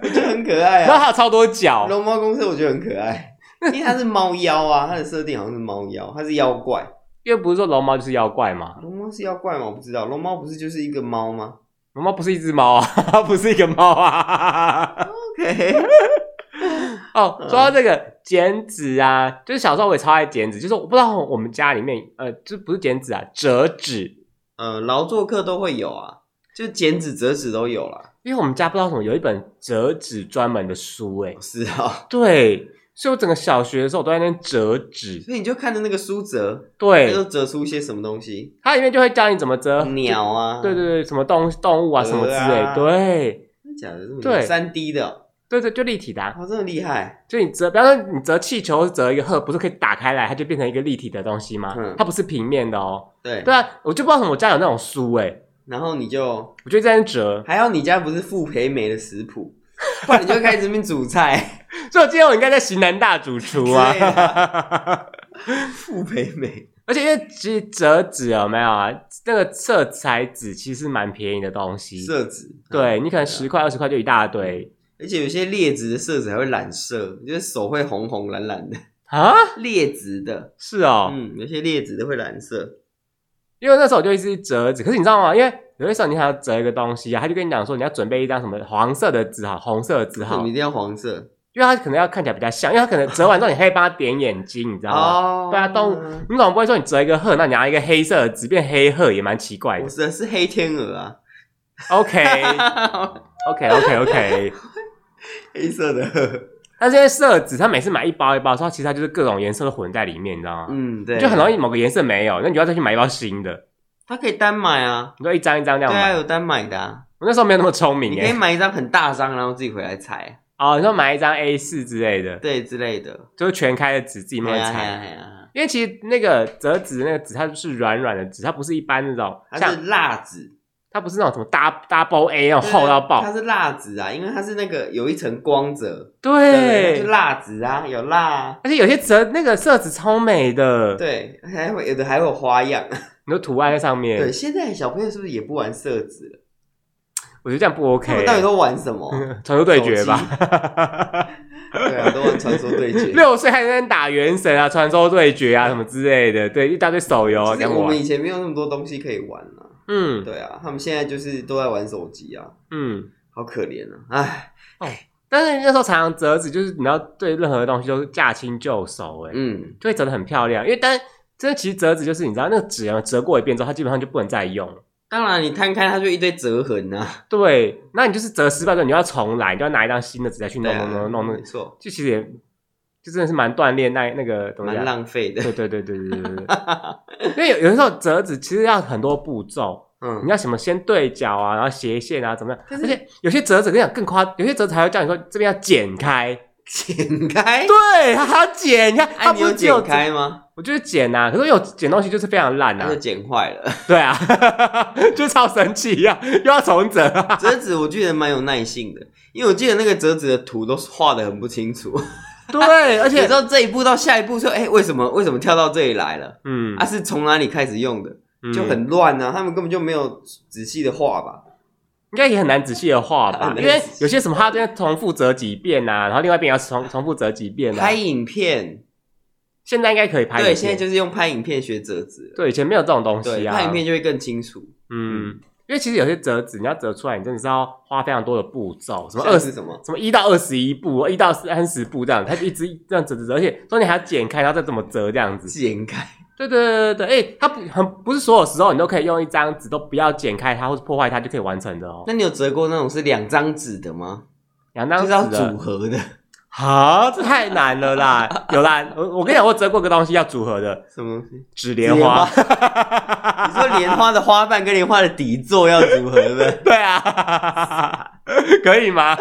Speaker 2: 我觉得很可 爱
Speaker 1: 然后
Speaker 2: 啊。
Speaker 1: 还有超多脚。
Speaker 2: 龙猫公车我觉得很可爱，因为它是猫妖啊，它的设定好像是猫妖，它是妖怪。
Speaker 1: 因为不是说龙猫就是妖怪吗？
Speaker 2: 龙猫是妖怪吗？我不知道，龙猫不是就是一个猫吗
Speaker 1: 龙猫不是一只猫啊， 它不是一个猫啊。
Speaker 2: ？OK，
Speaker 1: 哦，
Speaker 2: 嗯
Speaker 1: 说到这个剪纸啊，就是小时候我也超爱剪纸，就是我不知道我们家里面呃，就不是剪纸啊，折纸，
Speaker 2: 呃，劳作课都会有啊，就剪纸、折纸都有啦。
Speaker 1: 因为我们家不知道为什么有一本折纸专门的书、欸，
Speaker 2: 是啊，
Speaker 1: 对，所以我整个小学的时候我都在那边折纸，
Speaker 2: 所以你就看着那个书折，它
Speaker 1: 对，
Speaker 2: 就折出一些什么东西，
Speaker 1: 它里面就会教你怎么折，
Speaker 2: 呃鸟啊，
Speaker 1: 对对对，什么动物动物啊，什么之类，
Speaker 2: 鹅啊
Speaker 1: 对。
Speaker 2: 真的假的这么
Speaker 1: 对
Speaker 2: 三 D 的哦，
Speaker 1: 对对，就立体的、啊，
Speaker 2: 哇，这么厉害，
Speaker 1: 就你折，比方说你折气球，折一个鹤，不是可以打开来，它就变成一个立体的东西吗？
Speaker 2: 嗯
Speaker 1: 它不是平面的哦。
Speaker 2: 对
Speaker 1: 对啊，我就不知道为什么我家有那种书哎、
Speaker 2: 然后你就
Speaker 1: 我就在那边折，
Speaker 2: 还好，你家不是傅培梅的食谱，不然你就开始这边 煮菜。
Speaker 1: 所以我今天我应该在型南大主厨啊
Speaker 2: 之。类的傅培梅，
Speaker 1: 而且因为其实折纸有没有啊？那个色彩纸其实蛮便宜的东西，
Speaker 2: 色纸，
Speaker 1: 对啊
Speaker 2: 嗯
Speaker 1: 你可能十块二十块就一大堆
Speaker 2: 而且有些劣质的色纸还会染色，就是手会红红蓝蓝的。
Speaker 1: 啊。
Speaker 2: 劣质的，
Speaker 1: 是哦，
Speaker 2: 嗯，有些劣质的会染色。
Speaker 1: 因为那时候我就一直折纸，可是你知道吗？因为有的时候你想要折一个东西啊，他就跟你讲说你要准备一张什么黄色的纸好，红色的纸
Speaker 2: 为
Speaker 1: 好
Speaker 2: 什么，一定要黄色？
Speaker 1: 因为它可能要看起来比较像，因为它可能折完之后你可以帮它点眼睛，你知道吗？
Speaker 2: 哦
Speaker 1: 对啊动
Speaker 2: 物。
Speaker 1: 你总不会说你折一个鹤，那你拿一个黑色的纸变黑鹤也蛮奇怪的
Speaker 2: 我。的是黑天鹅啊，
Speaker 1: OK OK OK OK，
Speaker 2: 黑 色的。
Speaker 1: 但是因为色纸，它每次买一包一包的时候，其实它就是各种颜色都混在里面，你知道吗？
Speaker 2: 嗯，对，
Speaker 1: 就很容易。某个颜色没有，那你就要再去买一包新的，
Speaker 2: 它可以单买啊，
Speaker 1: 你就一张一张这
Speaker 2: 对
Speaker 1: 样
Speaker 2: 啊，
Speaker 1: 买。
Speaker 2: 有单买的啊。
Speaker 1: 我那时候没有那么聪明
Speaker 2: 你可以
Speaker 1: 哎，
Speaker 2: 买一张很大张，然后自己回来裁，
Speaker 1: 哦，你说买一张 A 四之类的，
Speaker 2: 对之类的。
Speaker 1: 就是全开的纸自己慢
Speaker 2: 哎呀
Speaker 1: 慢
Speaker 2: 哎呀
Speaker 1: 裁。
Speaker 2: 哎呀，
Speaker 1: 因为其实那个折纸那个纸，它是软软的纸，它不是一般那种
Speaker 2: 它是
Speaker 1: 像
Speaker 2: 蜡纸，
Speaker 1: 它不是那种什么 double double A 那种厚到爆
Speaker 2: 啊它，是蜡纸啊，因为它是那个有一层光泽，
Speaker 1: 嗯
Speaker 2: 对，它
Speaker 1: 对
Speaker 2: 是。蜡纸啊，有蜡啊，
Speaker 1: 而且有些折那个色纸超美的，
Speaker 2: 对，还会有的还会有花样。
Speaker 1: 你的图案在上面，
Speaker 2: 对，现在小朋友是不是也不玩色纸了？
Speaker 1: 我觉得这样不 OK
Speaker 2: 他。们到底都玩什么？
Speaker 1: 传说对决吧
Speaker 2: 手，对啊，都玩传说对决。
Speaker 1: 六岁还在那边打原神啊、传说对决啊什么之类的，对，一大堆手游啊
Speaker 2: 其
Speaker 1: 这
Speaker 2: 实
Speaker 1: 样
Speaker 2: 我
Speaker 1: 玩
Speaker 2: 们。以前没有那么多东西可以玩啊。
Speaker 1: 嗯
Speaker 2: 对啊，他们现在就是都在玩手机啊，
Speaker 1: 嗯，哦
Speaker 2: 好可怜啊！唉，
Speaker 1: 但是那时候常常折纸，就是你要对任何东西都是驾轻就熟、欸，哎、
Speaker 2: 嗯，
Speaker 1: 就会折得很漂亮。因为但这其实折纸就是你知道，那个纸啊折过一遍之后，它基本上就不能再用了。
Speaker 2: 当然你摊开它就一堆折痕啊，
Speaker 1: 对，那你就是折失败之后，你要重来，你就要拿一张新的纸再去
Speaker 2: 对
Speaker 1: 弄
Speaker 2: 啊
Speaker 1: 弄弄弄弄
Speaker 2: 没，错，
Speaker 1: 就其实也就真的是蛮锻炼那那个东西
Speaker 2: 蛮
Speaker 1: 啊。
Speaker 2: 浪费的。
Speaker 1: 对对对对对 对对对，因为有有的时候折纸其实要很多步骤，
Speaker 2: 嗯
Speaker 1: 你，要什么先对角啊，然后斜线啊，怎么样？
Speaker 2: 但
Speaker 1: 而
Speaker 2: 是
Speaker 1: 且有些折纸跟你讲更夸，有些折纸还会叫你说这边要剪 开，
Speaker 2: 剪开，
Speaker 1: 对，它还要剪，你看
Speaker 2: 哎，
Speaker 1: 它
Speaker 2: 你
Speaker 1: 不
Speaker 2: 有
Speaker 1: 是只有
Speaker 2: 剪，开吗？
Speaker 1: 我就是剪呐、啊，可是我有剪东西就是非常烂
Speaker 2: 那
Speaker 1: 啊
Speaker 2: 就，剪坏了。
Speaker 1: 对啊， 就超神奇一样，又要重折、啊，
Speaker 2: 折纸我记得蛮有耐性的，因为我记得那个折纸的图都画的很不清楚，
Speaker 1: 对，而
Speaker 2: 有
Speaker 1: 且
Speaker 2: 时候这一步到下一步说，哎、为什么为什么跳到这里来了？
Speaker 1: 嗯
Speaker 2: 啊，是从哪里开始用的？就
Speaker 1: 嗯
Speaker 2: 很乱啊，他们根本就没有仔细的画吧？
Speaker 1: 应该也很难仔细的画吧
Speaker 2: 很，难
Speaker 1: 因为有些什么它这边重复折几遍啊，然后另外一边也要重重复折几遍啊
Speaker 2: 拍，影片，
Speaker 1: 现在应该可以拍影片，
Speaker 2: 对，现在就是用拍影片学折纸了，
Speaker 1: 对以前没有这种东
Speaker 2: 对，
Speaker 1: 西啊，
Speaker 2: 拍影片就会更清楚。
Speaker 1: 嗯，因为其实有些折纸，你要折出来，你真的是要花非常多的步骤，什么
Speaker 2: 像
Speaker 1: 二
Speaker 2: 是
Speaker 1: 十，
Speaker 2: 什么？
Speaker 1: 什么一到二十一步，一到三十步这样，它就一直这样折折折，而且中间还要剪开，然后再怎么折这样子。
Speaker 2: 剪开，
Speaker 1: 对对对对对，哎、它不很不是所有时候你都可以用一张纸都不要剪开它或是破坏它就可以完成的哦。
Speaker 2: 那你有折过那种是两张纸的吗？
Speaker 1: 两张
Speaker 2: 就是要
Speaker 1: 纸
Speaker 2: 组
Speaker 1: 的，
Speaker 2: 合的，
Speaker 1: 啊，这太难了 啦！有啦，我我跟你讲，我折过个东西要组合的
Speaker 2: 什么东西？
Speaker 1: 纸莲花，
Speaker 2: 你说莲花的花瓣跟莲花的底座要组合的，
Speaker 1: 对啊， 可以吗？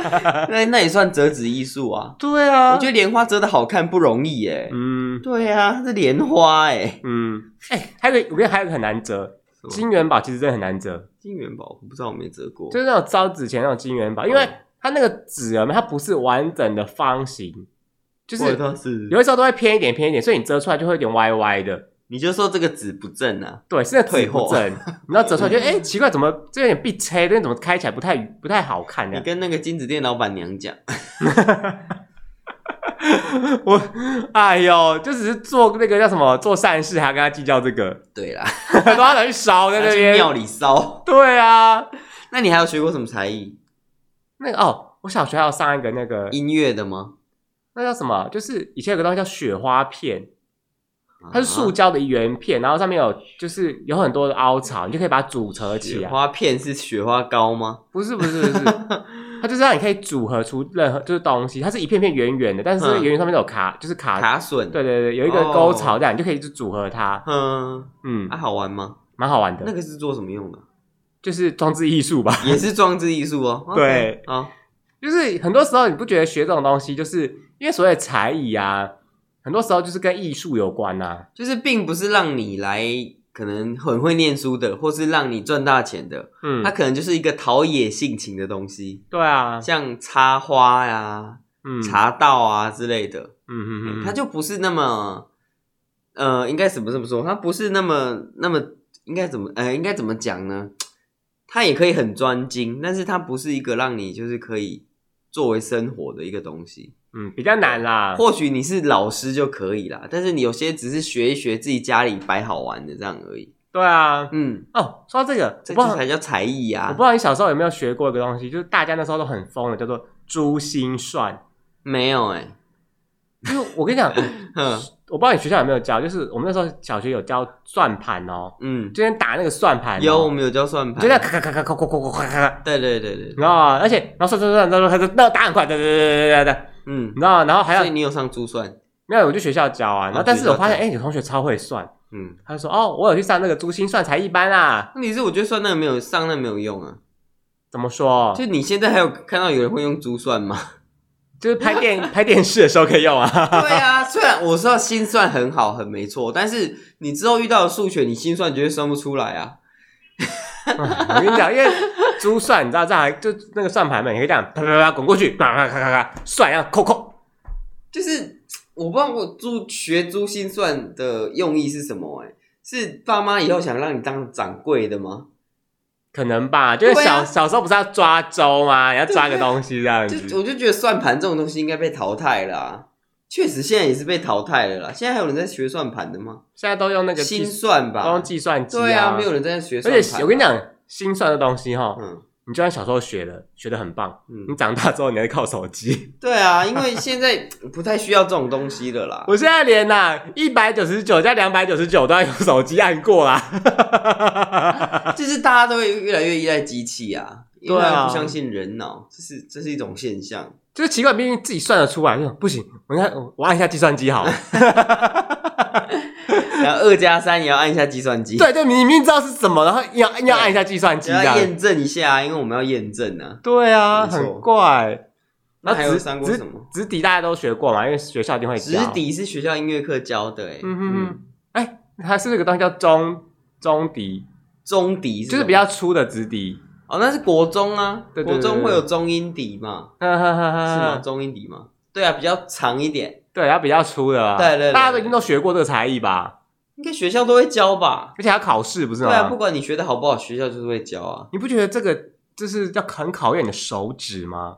Speaker 2: 那那也算折纸艺术啊。
Speaker 1: 对啊，
Speaker 2: 我觉得莲花折的好看不容易耶。
Speaker 1: 嗯。
Speaker 2: 对啊，是莲花哎。
Speaker 1: 嗯，哎、还有一个，我跟你还有一个很难折，
Speaker 2: 什么
Speaker 1: 金元宝其实真的很难折，
Speaker 2: 金元宝，我不知道我没折过。
Speaker 1: 就是那种烧纸钱那种金元宝，因
Speaker 2: 嗯
Speaker 1: 为它那个纸啊，它不是完整的方形，就
Speaker 2: 或者
Speaker 1: 是
Speaker 2: 说是
Speaker 1: 有，的时候都会偏一点偏一点，所以你折出来就会有点歪歪的。
Speaker 2: 你就说这个纸不正啊。
Speaker 1: 对，是那个纸
Speaker 2: 退货
Speaker 1: 不 正，你要折出来就哎、奇怪，怎么这有点被切，这怎么开起来不太不太好看
Speaker 2: 你
Speaker 1: 呢？
Speaker 2: 跟那个金子店老板娘讲，
Speaker 1: 我哎呦，就只是做那个叫什么做善事，还要跟他计较这个，
Speaker 2: 对啦，
Speaker 1: 都要拿去烧在
Speaker 2: 拿
Speaker 1: 那
Speaker 2: 去
Speaker 1: 边。
Speaker 2: 庙里烧。
Speaker 1: 对啊，
Speaker 2: 那你还有学过什么才艺？
Speaker 1: 那个哦，我小学还有上一个那个
Speaker 2: 音乐的吗？
Speaker 1: 那叫什么？啊就是以前有个东西叫雪花片，它是塑
Speaker 2: 啊
Speaker 1: 胶的圆片，然后上面有就是有很多的凹槽，你就可以把它组合起啊
Speaker 2: 啊雪
Speaker 1: 来。
Speaker 2: 花片是雪花膏吗？
Speaker 1: 不是不是不 是，它就是让你可以组合出任何就是东西，它是一片片圆圆的，但是
Speaker 2: 嗯
Speaker 1: 圆圆上面都有卡，就是卡。
Speaker 2: 卡笋。
Speaker 1: 对对对，有一个
Speaker 2: 哦
Speaker 1: 沟槽这样，你就可以去组合它。
Speaker 2: 嗯，
Speaker 1: 嗯
Speaker 2: 啊，，好玩吗？
Speaker 1: 蛮好玩
Speaker 2: 那
Speaker 1: 的，
Speaker 2: 个是做什么用的？
Speaker 1: 就是装置艺术吧。
Speaker 2: 也是装置艺术哦。
Speaker 1: 对
Speaker 2: OK，好，
Speaker 1: 就是很多时候你不觉得学这种东西，就是因为所谓的才艺啊，很多时候就是跟艺术有关呐、啊。
Speaker 2: 就是并不是让你来可能很会念书的，或是让你赚大钱的，
Speaker 1: 嗯
Speaker 2: 它，可能就是一个陶冶性情的东西，
Speaker 1: 对啊，
Speaker 2: 像插花呀、
Speaker 1: 嗯，
Speaker 2: 茶道啊之类的，
Speaker 1: 嗯嗯嗯，
Speaker 2: 它就不是那么，呃，应该怎么这么说？它不是那么那么应该怎么呃，应该怎么讲呢？它也可以很专精，但是它不是一个让你就是可以作为生活的一个东西。
Speaker 1: 嗯比较难啦。
Speaker 2: 或许你是老师就可以啦，但是你有些只是学一学自己家里摆好玩的这样而已。
Speaker 1: 对啊，
Speaker 2: 嗯，
Speaker 1: 哦，说到这个，
Speaker 2: 这
Speaker 1: 我不知
Speaker 2: 就
Speaker 1: 道
Speaker 2: 才叫才艺
Speaker 1: 我
Speaker 2: 啊
Speaker 1: 不知！道你小时候有没有学过一个东西，就是大家那时候都很疯的，叫做珠心算。
Speaker 2: 没有哎、
Speaker 1: 就是我跟你 讲，
Speaker 2: 哼，
Speaker 1: 我不知道你学校有没有教，就是我们那时候小学有教算盘哦，
Speaker 2: 嗯，
Speaker 1: 就先打那个算盘、哦，
Speaker 2: 有我们有教算
Speaker 1: 就那
Speaker 2: 盘，
Speaker 1: 咔咔咔咔咔咔咔咔咔咔，
Speaker 2: 对对对对
Speaker 1: 你，知道吗？而且然后算算算，然后他就那打很快，对对对对对对，
Speaker 2: 嗯
Speaker 1: 你，知道？然后还
Speaker 2: 所以
Speaker 1: 有
Speaker 2: 你有哦上珠算，
Speaker 1: 没有？我去学校教啊，然后但是我发现，哎，有同学超会算，
Speaker 2: 嗯，
Speaker 1: 他就说，哦，我有去上那个珠心算才艺班啊，
Speaker 2: 问题是我觉得算那个没有上那个没有用啊，
Speaker 1: 怎么说？
Speaker 2: 就你现在还有看到有人会用珠算吗？
Speaker 1: 就是拍电拍电视的时候可以用啊。
Speaker 2: 对啊，虽然我知道心算很好很没错，但是你之后遇到的数学，你心算绝对算不出来啊。
Speaker 1: 我跟你讲，因为珠算，你知道这还就那个算盘嘛，你可以这样啪啪啪啪滚过去，啪啪啪啪啪算，然后扣扣。
Speaker 2: 就是我不知道我珠学珠心算的用意是什么、欸，是爸妈以后想让你当掌柜的吗？
Speaker 1: 可能吧，就是
Speaker 2: 对
Speaker 1: 小、
Speaker 2: 啊
Speaker 1: 小时候不是要抓周吗？要抓个东西这样子。
Speaker 2: 就我就觉得算盘这种东西应该被淘汰了、啊，确实现在也是被淘汰了啦。现在还有人在学算盘的吗？
Speaker 1: 现在都用那个计
Speaker 2: 心，
Speaker 1: 都用
Speaker 2: 算吧，
Speaker 1: 计算机
Speaker 2: 对
Speaker 1: 啊，
Speaker 2: 啊，没有人在学算
Speaker 1: 而
Speaker 2: 盘、
Speaker 1: 且我跟你，讲，心算的东西哈，
Speaker 2: 嗯
Speaker 1: 你就算小时候学了，学的很棒，你
Speaker 2: 嗯，
Speaker 1: 长大之后你还是靠手机。
Speaker 2: 对啊，因为现在不太需要这种东西了啦。
Speaker 1: 我现在连呐一百九十九加两百九十九都要用手机按过啦。
Speaker 2: 就是大家都会越来越依赖机器啊，因为
Speaker 1: 对啊
Speaker 2: 大家不相信人脑，这是这是一种现象。
Speaker 1: 就是奇怪，毕竟自己算得出来，就不行，我看我按一下计算机好了。
Speaker 2: 然后二加三也要按一下计算机，，
Speaker 1: 对，就你明明知道是什么，然后硬要硬要按一下计算机这
Speaker 2: 要
Speaker 1: 样。
Speaker 2: 验证一下啊，因为我们要验证啊。
Speaker 1: 对啊，
Speaker 2: 没错
Speaker 1: 很怪。
Speaker 2: 那还有
Speaker 1: 直
Speaker 2: 上过
Speaker 1: 直
Speaker 2: 什么？
Speaker 1: 直笛大家都学过嘛，因为学校一定会
Speaker 2: 直
Speaker 1: 教。，
Speaker 2: 笛是学校音乐课教的、欸，
Speaker 1: 嗯哼哼，哎、它是不是有个东西叫中中笛，
Speaker 2: 中笛
Speaker 1: 就
Speaker 2: 是
Speaker 1: 是
Speaker 2: 什么
Speaker 1: 比较粗的直笛。
Speaker 2: 哦，那是国中啊，
Speaker 1: 对对对
Speaker 2: 国中会有中音笛嘛，
Speaker 1: 哈哈哈
Speaker 2: 是
Speaker 1: 哈
Speaker 2: 吗？中音笛嘛，对啊，比较长一点，
Speaker 1: 对，它比较粗的啊。
Speaker 2: 对对对
Speaker 1: 大家都一定都学过这个才艺吧？
Speaker 2: 应该学校都会教吧？
Speaker 1: 而且还要考试，不是
Speaker 2: 对
Speaker 1: 吗？
Speaker 2: 啊，不管你学的好不好，学校就是会教啊，
Speaker 1: 你不觉得这个就是要很考验你的手指吗？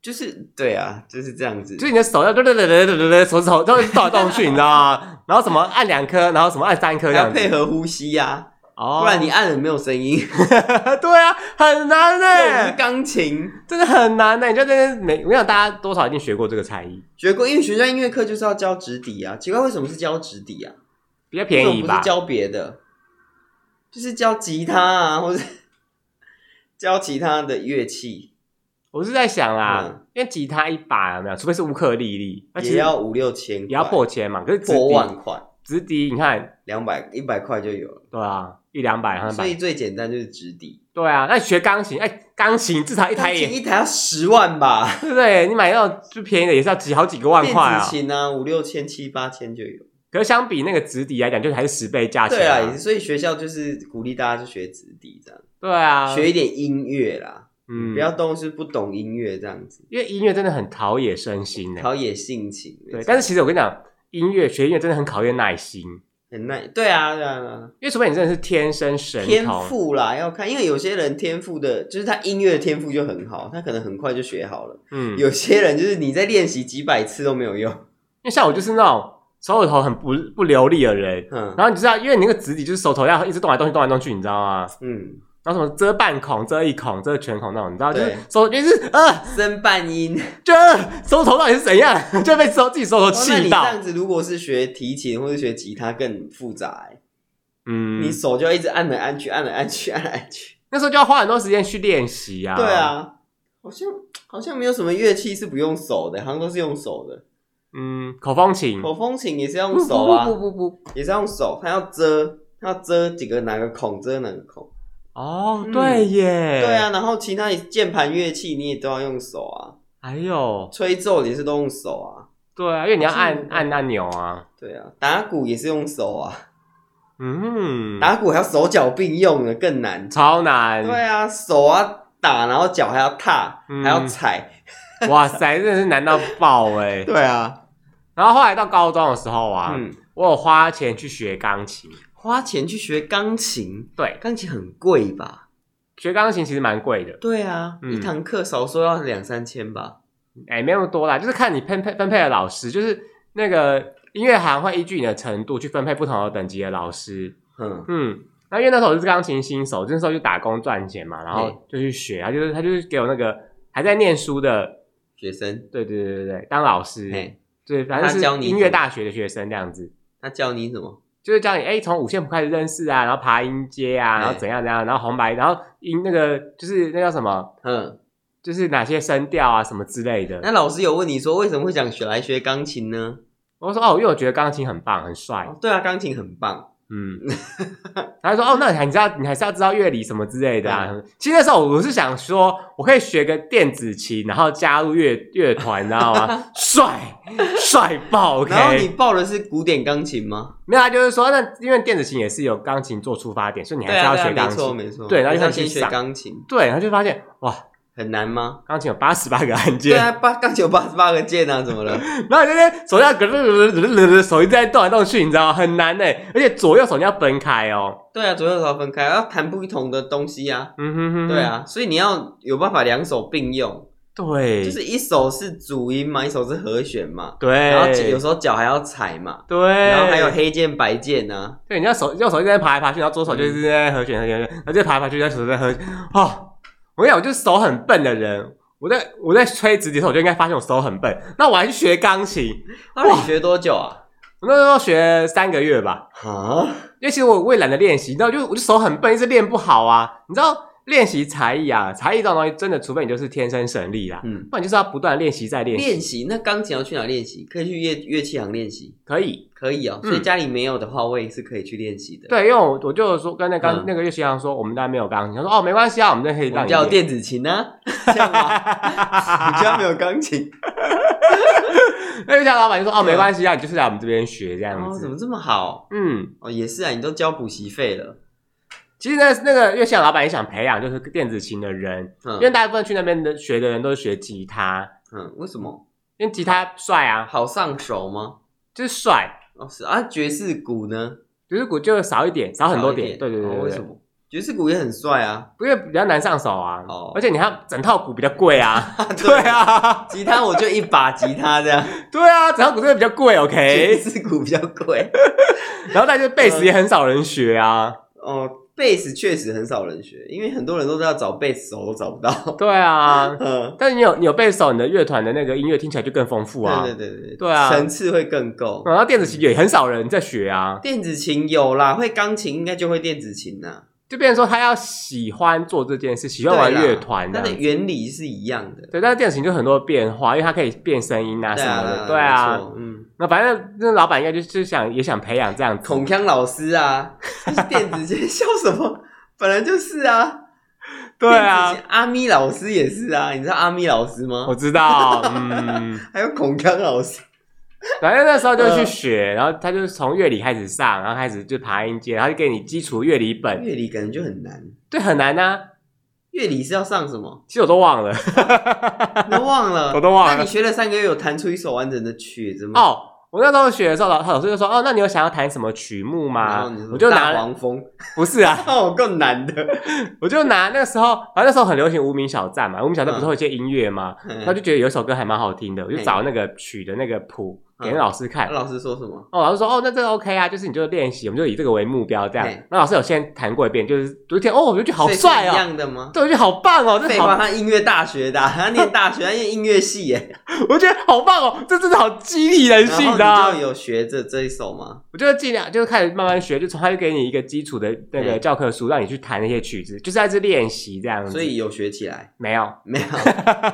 Speaker 2: 就是对啊，就是这样子
Speaker 1: 就。是你的手要对对对对对对对，手指头都动来动去，你知道吗？然后什么按两颗，然后什么按三颗
Speaker 2: 还
Speaker 1: 这
Speaker 2: 要
Speaker 1: 样子，
Speaker 2: 配合呼吸呀、
Speaker 1: 哦
Speaker 2: 啊，不然你按了没有声音。
Speaker 1: 对啊，很难
Speaker 2: 哦对，我
Speaker 1: 呢、
Speaker 2: 是钢琴
Speaker 1: 真的很难呢、你就在那边每，我想大家多少一定学过这个才艺，
Speaker 2: 学过，因为学校音乐课就是要教直笛啊，奇怪为什么是教直笛啊？
Speaker 1: 比较
Speaker 2: 为什
Speaker 1: 便
Speaker 2: 么
Speaker 1: 宜
Speaker 2: 不是
Speaker 1: 吧？
Speaker 2: 教别的，就是教吉他啊，或者 教其他的乐器，
Speaker 1: 我是在想啦，
Speaker 2: 嗯
Speaker 1: 因为吉他一把有没有，除非是乌克丽丽，那其
Speaker 2: 也
Speaker 1: 实
Speaker 2: 要五六千块，
Speaker 1: 也要破千嘛。可是直
Speaker 2: 破万
Speaker 1: 笛，
Speaker 2: 块。
Speaker 1: 直笛你看，
Speaker 2: 两百一百块就有了，
Speaker 1: 对啊，一两百、三
Speaker 2: 所以
Speaker 1: 百，
Speaker 2: 最简单就是直笛。
Speaker 1: 对啊。那你学钢琴，哎、钢琴至少一台
Speaker 2: 钢琴
Speaker 1: 也
Speaker 2: 一台要十万吧，
Speaker 1: 对不对？你买那种最便宜的也是要几好几个万
Speaker 2: 电
Speaker 1: 块啊
Speaker 2: 子。琴啊，五六千七八千就有。
Speaker 1: 可是相比那个直笛来讲，就还是十倍价钱、
Speaker 2: 对啊，也是所以学校就是鼓励大家去学直笛这样，
Speaker 1: 对啊，
Speaker 2: 学一点音乐啦，
Speaker 1: 嗯，
Speaker 2: 不要都是不懂音乐这样子，
Speaker 1: 因为音乐真的很陶冶身心呢、
Speaker 2: 陶冶性情。
Speaker 1: 对，
Speaker 2: 没错
Speaker 1: 但是其实我跟你讲，音乐学音乐真的很考验耐心，
Speaker 2: 很耐。对啊，对啊，对啊
Speaker 1: 因为除非你真的是天生神
Speaker 2: 天
Speaker 1: 童，
Speaker 2: 赋啦要看，因为有些人天赋的，就是他音乐的天赋就很好，他可能很快就学好了。
Speaker 1: 嗯，因
Speaker 2: 有些人就是你在练习几百次都没有用，
Speaker 1: 为像我就是那种手指头很不不流利的人，
Speaker 2: 嗯
Speaker 1: 然后你知道，因为你那个指底就是手头要一直动来动去，动来动去，你知道吗？
Speaker 2: 嗯，
Speaker 1: 然后什么遮半孔、遮一孔、遮全孔那种，你知道，就是
Speaker 2: 对
Speaker 1: 手就是呃，
Speaker 2: 升半音。
Speaker 1: 就呃手头到底是怎样， 就被手自己手头
Speaker 2: 哦，那
Speaker 1: 气
Speaker 2: 你
Speaker 1: 到
Speaker 2: 这，样子，如果是学提琴或是学吉他更复杂、欸，
Speaker 1: 嗯
Speaker 2: 你，手就要一直按来按去，按来按去，按来按去。
Speaker 1: 那时候就要花很多时间去练习啊。
Speaker 2: 对，啊，好像好像没有什么乐器是不用手的，好像都是用手的。
Speaker 1: 嗯，口风琴，
Speaker 2: 口风琴也是要用手啊
Speaker 1: 不，不不不不，
Speaker 2: 也是要用手，它要遮，它要遮几个哪个孔，遮哪个孔。
Speaker 1: 哦，
Speaker 2: 嗯
Speaker 1: 对耶，
Speaker 2: 对，啊，然后其他键盘乐器你也都要用手啊，
Speaker 1: 还有，
Speaker 2: 吹奏也是都用手啊，
Speaker 1: 对啊，因为你要
Speaker 2: 好
Speaker 1: 按
Speaker 2: 像
Speaker 1: 按按钮啊。
Speaker 2: 对啊，打鼓也是用手啊，
Speaker 1: 嗯，
Speaker 2: 打鼓还要手脚并用的，更难。
Speaker 1: 超难。
Speaker 2: 对啊，手啊打，然后脚还要踏，
Speaker 1: 嗯
Speaker 2: 还要踩。
Speaker 1: 哇塞，真的是难到爆 哎、
Speaker 2: 对啊，
Speaker 1: 然后后来到高中的时候啊，
Speaker 2: 嗯，
Speaker 1: 我有花钱去学钢琴。
Speaker 2: 花钱去学钢琴，
Speaker 1: 对，
Speaker 2: 钢琴很贵吧？
Speaker 1: 学钢琴其实蛮贵的，
Speaker 2: 对啊，
Speaker 1: 嗯
Speaker 2: 一堂课少说要两三千吧。
Speaker 1: 哎，没那么多啦，就是看你分配分配的老师，就是那个音乐行会依据你的程度去分配不同的等级的老师。
Speaker 2: 嗯，
Speaker 1: 嗯，那因为那时候我是钢琴新手，那时候就打工赚钱嘛，然后
Speaker 2: 嗯
Speaker 1: 就去学，他就是他就是给我那个还在念书的，
Speaker 2: 学生，
Speaker 1: 对对对对对，当老师，
Speaker 2: 嘿，
Speaker 1: 对，反正
Speaker 2: 他教
Speaker 1: 是
Speaker 2: 你
Speaker 1: 音乐
Speaker 2: 怎么
Speaker 1: 大学的学生这样子。
Speaker 2: 他教你什么？
Speaker 1: 就是教你哎，从五线谱开始认识啊，然后爬音阶啊，
Speaker 2: 哎
Speaker 1: 然后怎样怎样，然后红白，然后音那个就是那叫什么，
Speaker 2: 嗯，
Speaker 1: 就是哪些声调啊什么之类的。
Speaker 2: 那老师有问你说为什么会想学来学钢琴呢？
Speaker 1: 我说哦，因为我觉得钢琴很棒，很帅
Speaker 2: 哦，对啊，钢琴很棒。
Speaker 1: 嗯。然后说哦，那你还你知道你还是要知道乐理什么之类的啊。其实那时候我是想说，我可以学个电子琴，然后加入乐乐团，你知道吗？ 帅帅爆！OK，
Speaker 2: 然后你报的是古典钢琴吗？
Speaker 1: 没有啊，就是说那因为电子琴也是有钢琴做出发点，所以你还
Speaker 2: 对
Speaker 1: 是要
Speaker 2: 啊，对啊
Speaker 1: 学钢
Speaker 2: 没
Speaker 1: 琴。
Speaker 2: 错没错。
Speaker 1: 对然后
Speaker 2: 你
Speaker 1: 就开
Speaker 2: 要
Speaker 1: 始
Speaker 2: 先学
Speaker 1: 上
Speaker 2: 钢琴，
Speaker 1: 对，然后就发现哇，
Speaker 2: 很难吗？
Speaker 1: 钢琴有八十八个按
Speaker 2: 对
Speaker 1: 键，
Speaker 2: 啊，八钢琴有八十八个键啊，怎么了？
Speaker 1: 然后你那边手要咯咯咯咯咯咯，手一直在动来动去，你知道吗？很难呢、而且左右手你要分开哦。
Speaker 2: 对啊，左右手要分开，要弹不同的东西啊。
Speaker 1: 嗯哼哼，
Speaker 2: 对，啊，所以你要有办法两手并用，
Speaker 1: 对，
Speaker 2: 就是一手是主音嘛，一手是和弦嘛，
Speaker 1: 对，
Speaker 2: 然后有时候脚还要踩嘛，
Speaker 1: 对，
Speaker 2: 然后还
Speaker 1: 哎
Speaker 2: 有黑键白键啊，
Speaker 1: 对，你要手右手一直在爬来爬去，然后左手就是在和弦和弦，然后就爬来爬去，然后手在和弦。哦，我跟你讲，我就是手很笨的人。我在我在吹直笛的时候，我就应该发现我手很笨。那我还去学钢琴，
Speaker 2: 那你学多久啊？
Speaker 1: 我那时候学三个月吧，
Speaker 2: 啊，
Speaker 1: 因为其实我我也懒得练习，你知道，就我就手很笨，一直练不好啊。你知道练习才艺啊，才艺这种东西真的，除非你就是天生神力啦，
Speaker 2: 嗯，
Speaker 1: 不然就是要不断地练习再练习。
Speaker 2: 练习那钢琴要去哪练习？可以去乐乐器行练习，
Speaker 1: 可以，
Speaker 2: 可以哦。
Speaker 1: 嗯
Speaker 2: 所以家里没有的话，我也是可以去练习的。，
Speaker 1: 对，因为我我就说跟那刚、
Speaker 2: 嗯
Speaker 1: 那个乐器行说，我们家没有钢琴，他说哦没关系啊，我们这可以
Speaker 2: 我
Speaker 1: 让
Speaker 2: 们
Speaker 1: 你
Speaker 2: 家有
Speaker 1: 练。
Speaker 2: 电子 琴啊，这样吗？ 我们家没有钢琴，
Speaker 1: 那乐器行老板就说哦没关系啊，你就是来我们这边学 这样
Speaker 2: 哦，
Speaker 1: 子。
Speaker 2: 怎么这么好？
Speaker 1: 嗯，
Speaker 2: 哦，也是啊，你都交补习费了，
Speaker 1: 其实呢，那个乐器行老板也想培养就是电子琴的人，因为
Speaker 2: 嗯
Speaker 1: 大部分去那边的学的人都是学吉他，
Speaker 2: 嗯，为什么？
Speaker 1: 因为吉他帅啊，
Speaker 2: 好上手吗？
Speaker 1: 就是帅。
Speaker 2: 哦，是啊，爵士鼓呢？
Speaker 1: 爵士鼓就少一点，少很多
Speaker 2: 少一
Speaker 1: 点，对对对
Speaker 2: 哦
Speaker 1: 对，
Speaker 2: 为什？么？爵士鼓也很帅啊，
Speaker 1: 因为比较难上手啊，
Speaker 2: 哦
Speaker 1: 而且你看整套鼓比较贵啊，对，啊，
Speaker 2: 吉他我就一把吉他这样，
Speaker 1: 对啊，整套鼓真的比较贵
Speaker 2: 爵
Speaker 1: ，OK，
Speaker 2: 士鼓比较贵。
Speaker 1: 然后再就是贝斯也很少人学啊，
Speaker 2: 哦，贝斯确实很少人学，因为很多人都在找贝斯手都找不到。
Speaker 1: 对啊，
Speaker 2: 嗯，
Speaker 1: 但是你有你有贝斯手，你的乐团的那个音乐听起来就更丰富啊，
Speaker 2: 对对对对
Speaker 1: 对啊嗯
Speaker 2: 层次会更够。
Speaker 1: 然后电子琴也很少人在学啊，
Speaker 2: 电子琴有啦，会钢琴应该就会电子琴啦。
Speaker 1: 就变成说他要喜欢做这件事，喜欢玩
Speaker 2: 对啦
Speaker 1: 乐团啊
Speaker 2: 它
Speaker 1: 的
Speaker 2: 的。原理是一样的。
Speaker 1: 对，但是电子琴就很多变化，因为它可以变声音啊
Speaker 2: 对
Speaker 1: 什么的，
Speaker 2: 啊，
Speaker 1: 对
Speaker 2: 没
Speaker 1: 啊。
Speaker 2: 错嗯，
Speaker 1: 那反正那老板应该就是想也想培养这样子
Speaker 2: 孔锵老师啊，就是电子琴笑什么？本来就是啊。
Speaker 1: 对啊哦
Speaker 2: 电子，琴，阿咪老师也是啊，你知道阿咪老师吗
Speaker 1: 我？知道，嗯，
Speaker 2: 还有孔锵老师，
Speaker 1: 反正那时候就
Speaker 2: 嗯
Speaker 1: 去学，然后他就是从乐理开始上，然后开始就爬音阶，然后就给你基础乐理本，
Speaker 2: 乐理感觉就很难。
Speaker 1: 对，很难啊。
Speaker 2: 乐理是要上什么？
Speaker 1: 其实我都忘了
Speaker 2: 嗯都忘了，
Speaker 1: 我都忘了
Speaker 2: 那你学了三个月，有弹出一首完整的曲子吗？哦，
Speaker 1: 哦。我那时候学的时候，老老师就说：“哦，那你有想要弹什么曲目
Speaker 2: 然
Speaker 1: 吗
Speaker 2: 后你？”说
Speaker 1: 啊我就
Speaker 2: 大
Speaker 1: 拿
Speaker 2: 黄蜂，
Speaker 1: 不是啊，
Speaker 2: 哦，够 难的。
Speaker 1: 我就拿那个时候，反正那时候很流行无名小站嘛，无名小站不是
Speaker 2: 嗯
Speaker 1: 会有一些音乐吗？他就觉得有一首歌还蛮好听的，我就找那个曲的那个谱
Speaker 2: 嗯
Speaker 1: 给那老师看
Speaker 2: 那， 老师说什么？
Speaker 1: 哦，老师说哦，那这个 OK 啊，就是你就练习，我们就以这个为目标这样
Speaker 2: 嘿。
Speaker 1: 那老师有先弹过一遍，就是昨天哦，我就觉得好
Speaker 2: 所以是
Speaker 1: 帅
Speaker 2: 一
Speaker 1: 哦，
Speaker 2: 样的吗？
Speaker 1: 对，我觉得好棒哦，这
Speaker 2: 废
Speaker 1: 好，
Speaker 2: 话，他音乐大学的啊、他念大学，他念音乐系 耶。
Speaker 1: 我觉得好棒哦，这真的好激励人
Speaker 2: 然后
Speaker 1: 心
Speaker 2: 你
Speaker 1: 的啊、
Speaker 2: 就有学这这一首吗？
Speaker 1: 我就尽量就是开始慢慢学，就从他就给你一个基础的那个
Speaker 2: 嘿
Speaker 1: 教科书，让你去弹那些曲子，就是在这练习这样子。
Speaker 2: 所以有学起来
Speaker 1: 没有，
Speaker 2: 没有？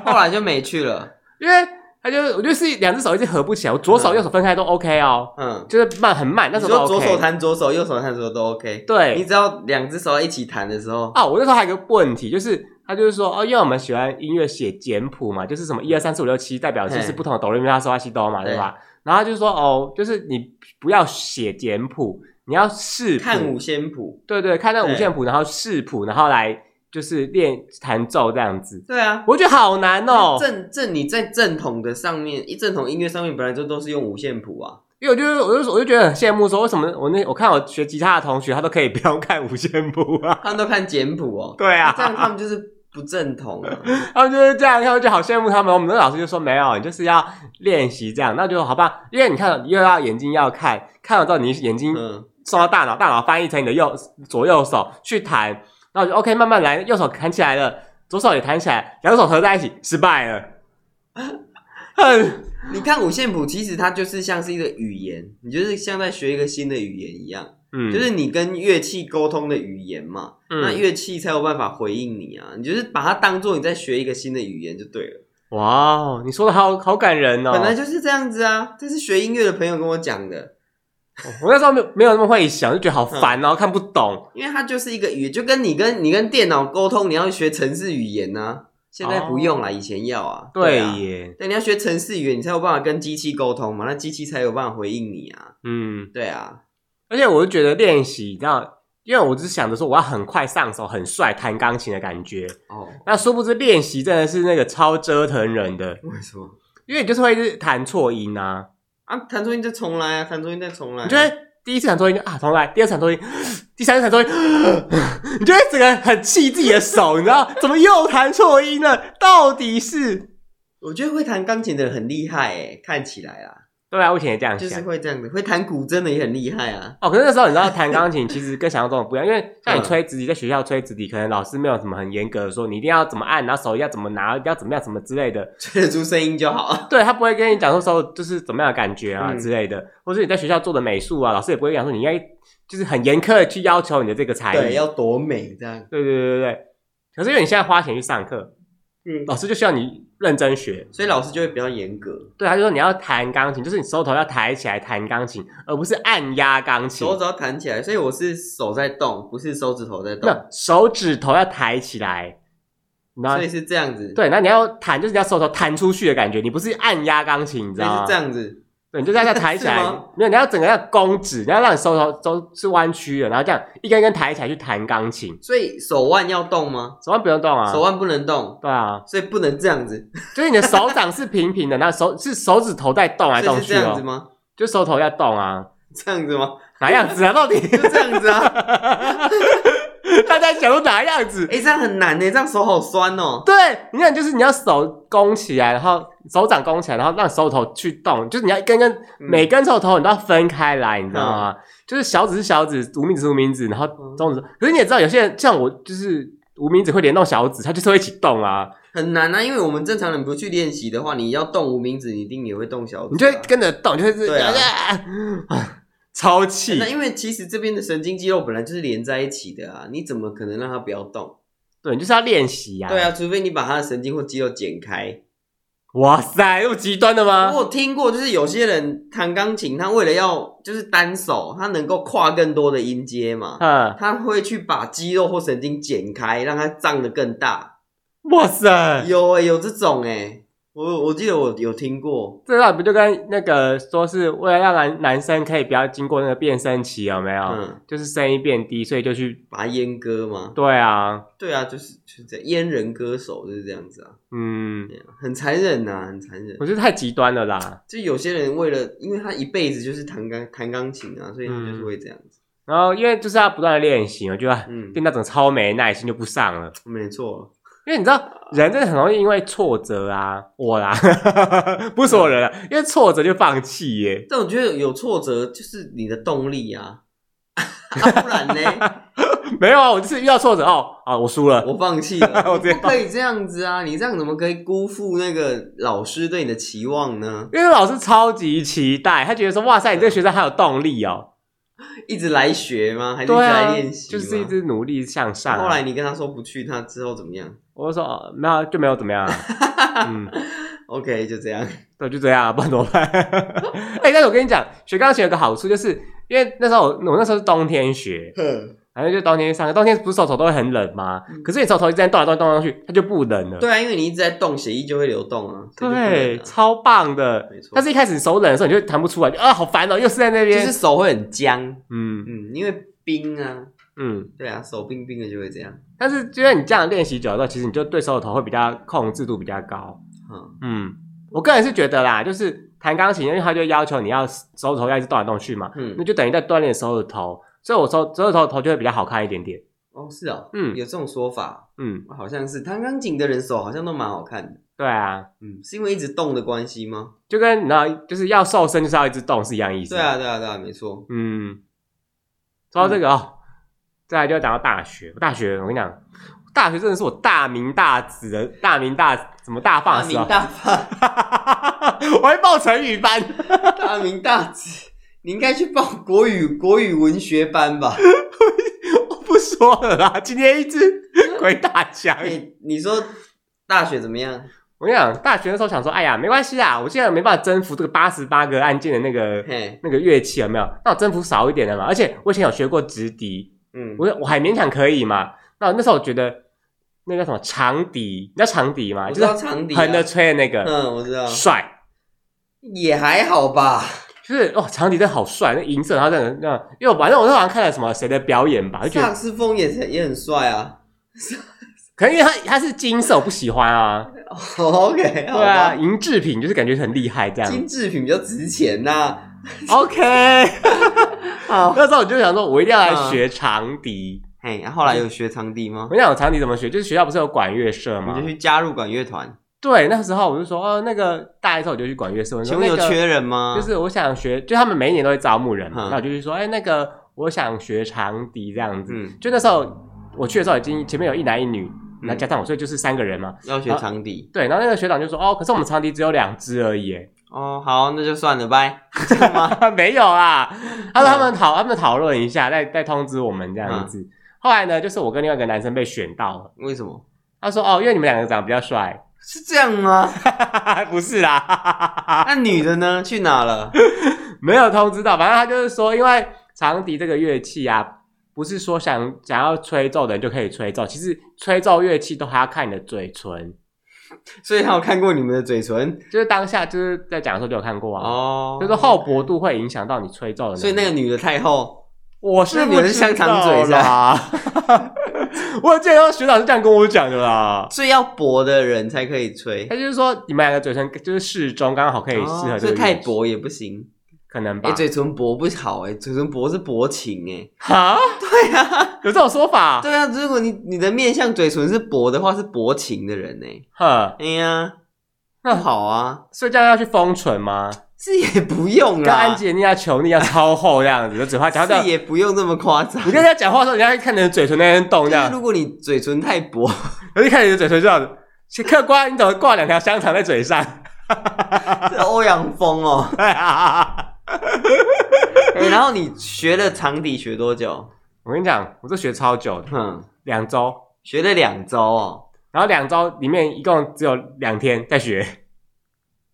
Speaker 2: 后来就没去了。
Speaker 1: 因为他就我就是两只手一直合不起来，我左手
Speaker 2: 嗯
Speaker 1: 右手分开都 OK 哦，
Speaker 2: 嗯，
Speaker 1: 就是慢很慢，那
Speaker 2: 你
Speaker 1: 时候都
Speaker 2: 说
Speaker 1: OK。
Speaker 2: 左手弹左手，右手弹左手都 OK。
Speaker 1: 对，
Speaker 2: 你只要两只手一起弹的时候，
Speaker 1: 啊，我那时候还有个问题，就是他就是说，哦，因为我们喜欢音乐写简谱嘛，就是什么一二三四五六七，代表就是
Speaker 2: 嘿
Speaker 1: 不同的哆来咪发嗦拉西哆嘛，对
Speaker 2: 对
Speaker 1: 吧？然后他就说，哦，就是你不要写简谱，你要视谱，
Speaker 2: 看五线谱。
Speaker 1: 对对，看那五
Speaker 2: 对
Speaker 1: 线谱，然后视谱，然后来就是练弹奏这样子。
Speaker 2: 对啊，
Speaker 1: 我觉得好难哦，
Speaker 2: 正正你在正统的上面，一正统音乐上面本来就都是用五线谱啊。
Speaker 1: 因为我就是我就我就觉得很羡慕，说为什么我那我看我学吉他的同学，他都可以不用看五线谱啊？
Speaker 2: 他们都看简谱哦。
Speaker 1: 对啊，
Speaker 2: 这样他们就是不正 统啊。
Speaker 1: 他们就是这样，他们就好羡慕他们。我们的老师就说没有，你就是要练习这样，那就好吧。因为你看，又要眼睛要看，看了之后你眼睛
Speaker 2: 嗯，
Speaker 1: 送到大脑，大脑翻译成你的右左右手去弹，然后就 OK，慢慢来，右手弹起来了，左手也弹起来，两手合在一起，失败了。很
Speaker 2: 你看五线谱，其实它就是像是一个语言，你就是像在学一个新的语言一样，
Speaker 1: 嗯，
Speaker 2: 就是你跟乐器沟通的语言嘛。那
Speaker 1: 嗯
Speaker 2: 乐器才有办法回应你啊。你就是把它当做你在学一个新的语言就对了。
Speaker 1: 哇哦，你说的好好感人哦。
Speaker 2: 本来就是这样子啊，这是学音乐的朋友跟我讲的，
Speaker 1: 我那时候没有没有那么会想，就觉得好烦
Speaker 2: 嗯
Speaker 1: 哦，看不懂。
Speaker 2: 因为它就是一个语言，就跟你跟你跟电脑沟通，你要学程式语言呐、啊。现在不用啦，以前要啊。
Speaker 1: 对
Speaker 2: 啊
Speaker 1: 耶，
Speaker 2: 对，你要学程式语言，你才有办法跟机器沟通嘛，那机器才有办法回应你啊。
Speaker 1: 嗯，
Speaker 2: 对啊，
Speaker 1: 而且我就觉得练习，你知道，因为我只是想着说我要很快上手、很帅弹钢琴的感觉。
Speaker 2: 哦，
Speaker 1: 那殊不知练习真的是那个超折腾人的，
Speaker 2: 为什么
Speaker 1: 因为你就是会一直弹错音啊，
Speaker 2: 啊？弹错音再重来啊，弹错音再重来、啊。
Speaker 1: 你就会第一次弹错音就啊重来，第二次弹错音，第三次弹错音， 你就会整个很气自己的手，你知道怎么又弹错音了？到底是
Speaker 2: 我觉得会弹钢琴的人很厉害诶、看起来啦，
Speaker 1: 对啊，我以前也这样
Speaker 2: 就是
Speaker 1: 想。
Speaker 2: 会这样的。会弹古筝的也很厉害 啊。
Speaker 1: 哦，可是那时候你知道弹钢琴其实跟想象中的不一样，因为像你
Speaker 2: 嗯
Speaker 1: 吹直笛，在学校吹直笛，可能老师没有什么很严格的说你一定要怎么按，然后手要怎么拿，要怎么样怎么之类的。
Speaker 2: 吹得出声音就好。
Speaker 1: 对他不会跟你讲说手就是怎么样的感觉啊
Speaker 2: 嗯
Speaker 1: 之类的，或是你在学校做的美术啊，老师也不会讲说你应该就是很严苛的去要求你的这个才艺。
Speaker 2: 对，要多美这样。
Speaker 1: 对对对对对。可是因为你现在花钱去上课，
Speaker 2: 嗯，
Speaker 1: 老师就需要你认真学。
Speaker 2: 所以老师就会比较严格，
Speaker 1: 对，他就说你要弹钢琴，就是你手头要抬起来弹钢琴，而不是按压钢琴。
Speaker 2: 手指要弹起来，所以我是手在动，不是手指头在动，
Speaker 1: 那手指头要抬起来，那
Speaker 2: 所以是这样子，，
Speaker 1: 啊对，那你要弹，就是你要手头弹出去的感觉，你不是按压钢琴，你知
Speaker 2: 所以
Speaker 1: 道啊吗
Speaker 2: 是这？样子，
Speaker 1: 对，你就这样抬起来
Speaker 2: 是吗，
Speaker 1: 没有，你要整个要弓直，你要让你手头都是弯曲的，然后这样一根一根抬起来去弹钢琴，
Speaker 2: 所以手腕要动吗？
Speaker 1: 手腕不用动啊
Speaker 2: 手。腕不能动，
Speaker 1: 对啊，
Speaker 2: 所以不能这 样子，
Speaker 1: 就是你的手掌是平平的，然后手是手指头在动来
Speaker 2: 所
Speaker 1: 动
Speaker 2: 以是
Speaker 1: 去
Speaker 2: 这样
Speaker 1: 哦
Speaker 2: 子，吗？
Speaker 1: 就手头在动啊，
Speaker 2: 这样子吗？
Speaker 1: 哪样子啊？到底
Speaker 2: 就这样子啊！
Speaker 1: 大家想说哪样子？
Speaker 2: 哎、这样很难呢、这样手好酸哦、
Speaker 1: 对，你看，就是你要手弓起来，然后手掌弓起来，然后让手头去动，就是你要一根根
Speaker 2: 嗯
Speaker 1: 每根手头你都要分开来，你知道吗？就是小指是小指，无名指是无名指，然后中指是。
Speaker 2: 嗯
Speaker 1: 可是你也知道，有些人像我，就是无名指会连动小指，它就是会一起动啊，
Speaker 2: 很难啊，因为我们正常人不去练习的话，你要动无名指，你一定也会动小指啊、
Speaker 1: 你就会跟着动，就是
Speaker 2: 对啊
Speaker 1: 啊 超气
Speaker 2: 那。因为其实这边的神经肌肉本来就是连在一起的啊，你怎么可能让它不要动？
Speaker 1: 对，你就是要练习呀、
Speaker 2: 对，啊，除非你把它的神经或肌肉剪开。
Speaker 1: 哇塞，那么极端的吗？
Speaker 2: 我有听过，就是有些人弹钢琴，他为了要就是单手，他能够跨更多的音阶嘛，
Speaker 1: 嗯，
Speaker 2: 他会去把肌肉或神经剪开，让它胀得更大。
Speaker 1: 哇塞，
Speaker 2: 有诶、有这种诶、我我记得我有听过，
Speaker 1: 这那不就跟那个说是为了让男男生可以不要经过那个变声期，有没有？
Speaker 2: 嗯，
Speaker 1: 就是声音变低，所以就去
Speaker 2: 把它阉割嘛。
Speaker 1: 对啊，
Speaker 2: 对啊，就是就是这样阉人歌手就是这样子啊，
Speaker 1: 嗯，
Speaker 2: 对啊很残忍呐、很残忍。
Speaker 1: 我觉得太极端了啦。
Speaker 2: 就有些人为了，因为他一辈子就是弹钢弹钢琴啊，所以他就是会这样子。
Speaker 1: 然后因为就是要不断的练习，我觉得
Speaker 2: 嗯，
Speaker 1: 变那种超没耐心就不上了，
Speaker 2: 没错，
Speaker 1: 因为你知道人真的很容易因为挫折啊，我啦， 不是所有人啦，
Speaker 2: 嗯
Speaker 1: 因为挫折就放弃耶。
Speaker 2: 但我觉得有挫折就是你的动力啊， 啊不然呢，
Speaker 1: 没有啊，我就是遇到挫折哦，啊，我输了，
Speaker 2: 我放弃了，
Speaker 1: 我
Speaker 2: 你
Speaker 1: 知道
Speaker 2: 不可以这样子啊！你这样怎么可以辜负那个老师对你的期望呢？
Speaker 1: 因为老师超级期待，他觉得说哇塞，你这个学生还有动力哦，
Speaker 2: 一直来学吗？还是一直
Speaker 1: 对
Speaker 2: 来
Speaker 1: 啊
Speaker 2: 练，习
Speaker 1: 就
Speaker 2: 吗？
Speaker 1: 是一直努力向上、
Speaker 2: 后来
Speaker 1: 啊。
Speaker 2: 你跟他说不去，他之后怎么样
Speaker 1: 我就说哦没有就没有怎么 样、啊，嗯。
Speaker 2: ？OK，就这样。
Speaker 1: 对，就这样啊，不然怎么办？ 哎、但是我跟你讲，学钢琴有个好处，就是因为那时候我我那时候是冬天学，
Speaker 2: 哼
Speaker 1: 反正就冬天上课，冬天不是手头都会很冷吗？
Speaker 2: 嗯
Speaker 1: 可是你手头一直在动来动去动来动去，它就不冷了。
Speaker 2: 对啊，因为你一直在动，血液就会流动啊。所以就不
Speaker 1: 对，
Speaker 2: 能啊
Speaker 1: 超棒的
Speaker 2: 没错。
Speaker 1: 但是一开始手冷的时候，你就弹不出来，就啊，好烦哦，又是在那
Speaker 2: 就
Speaker 1: 边。
Speaker 2: 是手会很僵。
Speaker 1: 嗯
Speaker 2: 嗯，因为冰啊，
Speaker 1: 嗯，
Speaker 2: 对啊，手冰冰的就会这样。
Speaker 1: 但是就像你这样练习久了之后，其实你就对手头会比较控制度比较高。
Speaker 2: 嗯，
Speaker 1: 嗯，我个人是觉得啦，就是弹钢琴，因为它就要求你要手头要一直动来动去嘛，那
Speaker 2: 嗯，
Speaker 1: 就等于在锻炼手指头，所以我手手指头头就会比较好看一点点。
Speaker 2: 哦，是哦，
Speaker 1: 嗯
Speaker 2: 有这种说法，
Speaker 1: 嗯，
Speaker 2: 好像是弹钢琴的人手好像都蛮好看的。
Speaker 1: 对啊，
Speaker 2: 嗯，是因为一直动的关系吗？
Speaker 1: 就跟你知道，就是要瘦身就是要一直动是一样意思。
Speaker 2: 对，啊，对啊，对啊，没错。
Speaker 1: 嗯。说到这
Speaker 2: 嗯
Speaker 1: 个、哦，再来就要讲到大学。大学我跟你讲，大学真的是我大名大紫的大名大怎么大放
Speaker 2: 大
Speaker 1: 的
Speaker 2: 名
Speaker 1: 时候，
Speaker 2: 大发，
Speaker 1: 我会报成语班。
Speaker 2: 大名大紫，你应该去报国语国语文学班吧？
Speaker 1: 我不说了啦，今天一直鬼打墙。
Speaker 2: 哎，你说大学怎么样？
Speaker 1: 我跟你讲，大学的时候想说，哎呀，没关系啦，我现在没办法征服这个八十八个按键的那个
Speaker 2: 嘿，
Speaker 1: 那个乐器有没有？那我征服少一点的嘛。而且我以前有学过直笛，
Speaker 2: 嗯，
Speaker 1: 我我还勉强可以嘛。那那时候我觉得那叫什么长笛，你知道长笛吗？
Speaker 2: 我
Speaker 1: 就
Speaker 2: 知
Speaker 1: 是
Speaker 2: 道长笛啊，
Speaker 1: 横着吹的那个，
Speaker 2: 嗯，我知道，
Speaker 1: 帅。
Speaker 2: 也还好吧。
Speaker 1: 就是哦，长笛真的好帅，那银色，然后那个那，因为我反正我那好像看了什么谁的表演吧，就觉
Speaker 2: 萨克
Speaker 1: 得
Speaker 2: 斯风也是也很帅啊。
Speaker 1: 可能因为他他是金色，我不喜欢啊，
Speaker 2: 哦 OK，好
Speaker 1: 对啊，
Speaker 2: 吧，
Speaker 1: 银制品就是感觉很厉害这样
Speaker 2: 金。制品比较值钱呐。
Speaker 1: OK，
Speaker 2: 好，
Speaker 1: 那时候我就想说，我一定要来学长笛。
Speaker 2: 嘿，啊后来有学长笛吗
Speaker 1: 我？想我长笛怎么学，就是学校不是有管乐社
Speaker 2: 你
Speaker 1: 吗
Speaker 2: 就？去加入管乐团。
Speaker 1: 对，那时候我就说，哦，那个大一之后我就去管乐社，我说
Speaker 2: 请问有
Speaker 1: 那个
Speaker 2: 缺人吗？
Speaker 1: 就是我想学，就他们每一年都会招募人嘛，
Speaker 2: 嗯
Speaker 1: 那我就去说，哎，那个我想学长笛这样子。
Speaker 2: 嗯，
Speaker 1: 就那时候我去的时候，已经前面有一男一女，
Speaker 2: 嗯
Speaker 1: 那加上我，所以就是三个人嘛。
Speaker 2: 要学长笛。
Speaker 1: 对，然后那个学长就说，哦，可是我们长笛只有两支而已， 哎
Speaker 2: 哦，好，那就算了，拜。这样吗？
Speaker 1: 没有啦。他说他
Speaker 2: 嗯
Speaker 1: 们讨他们讨论一下，再再通知我们这样子。后来呢，就是我跟另外一个男生被选到了，
Speaker 2: 为什么？
Speaker 1: 他说，哦，因为你们两个长得比较帅，
Speaker 2: 是这样吗？
Speaker 1: 不是啦。
Speaker 2: 那女的呢？去哪了？
Speaker 1: 没有通知到，反正他就是说，因为长笛这个乐器啊，不是说想想要吹奏的人就可以吹奏，其实吹奏乐器都还要看你的嘴唇，
Speaker 2: 所以她有看过你们的嘴唇
Speaker 1: 就是当下就是在讲的时候就有看过啊，
Speaker 2: 哦，
Speaker 1: 就是厚薄度会影响到你吹奏的能力。
Speaker 2: 所以那个女的太厚，
Speaker 1: 我是
Speaker 2: 那你们是香肠嘴啊
Speaker 1: 不知道啦，啊 我记得学长是这样跟我讲的啦。
Speaker 2: 所以要薄的人才可以吹
Speaker 1: 他，就是说，你们两个嘴唇就是适中，刚好可以适合
Speaker 2: 哦
Speaker 1: 哎啊这
Speaker 2: 所
Speaker 1: 个乐
Speaker 2: 以
Speaker 1: 器、
Speaker 2: 太薄也不行。
Speaker 1: 可能吧
Speaker 2: 哎，？嘴唇薄不好，哎，嘴唇薄是薄情，哎，
Speaker 1: 哈、
Speaker 2: 对啊，
Speaker 1: 有这种说法？
Speaker 2: 对啊，如果你你的面相嘴唇是薄的话，是薄情的人，哎，
Speaker 1: 哼，
Speaker 2: 哎呀，
Speaker 1: 那
Speaker 2: 那好啊，
Speaker 1: 所以这样要去封唇吗？
Speaker 2: 是也不用
Speaker 1: 跟安
Speaker 2: 啦，
Speaker 1: 吉丽娜·裘丽要超厚这样子，就嘴巴讲到，
Speaker 2: 啊是也不用这么夸张
Speaker 1: 你。跟人家讲话的时候，人家会看你的嘴唇那边动这
Speaker 2: 就是
Speaker 1: 样，
Speaker 2: 如果你嘴唇太薄，
Speaker 1: 然后就看你的嘴唇这样子。是客官，你怎么挂两条香肠在嘴上？
Speaker 2: 是欧阳锋哦。哎然后你学了长笛学多久？
Speaker 1: 我跟你讲，我这学超久的，
Speaker 2: 哼、
Speaker 1: 两周，
Speaker 2: 学了两周哦。
Speaker 1: 然后两周里面一共只有两天在学，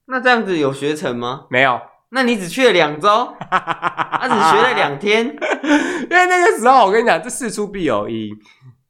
Speaker 2: 那这样子有学成吗？
Speaker 1: 没有。
Speaker 2: 那你只去了 两周，他、只学了，两天，
Speaker 1: 嗯因为那个时候我跟你讲，这事出必有因，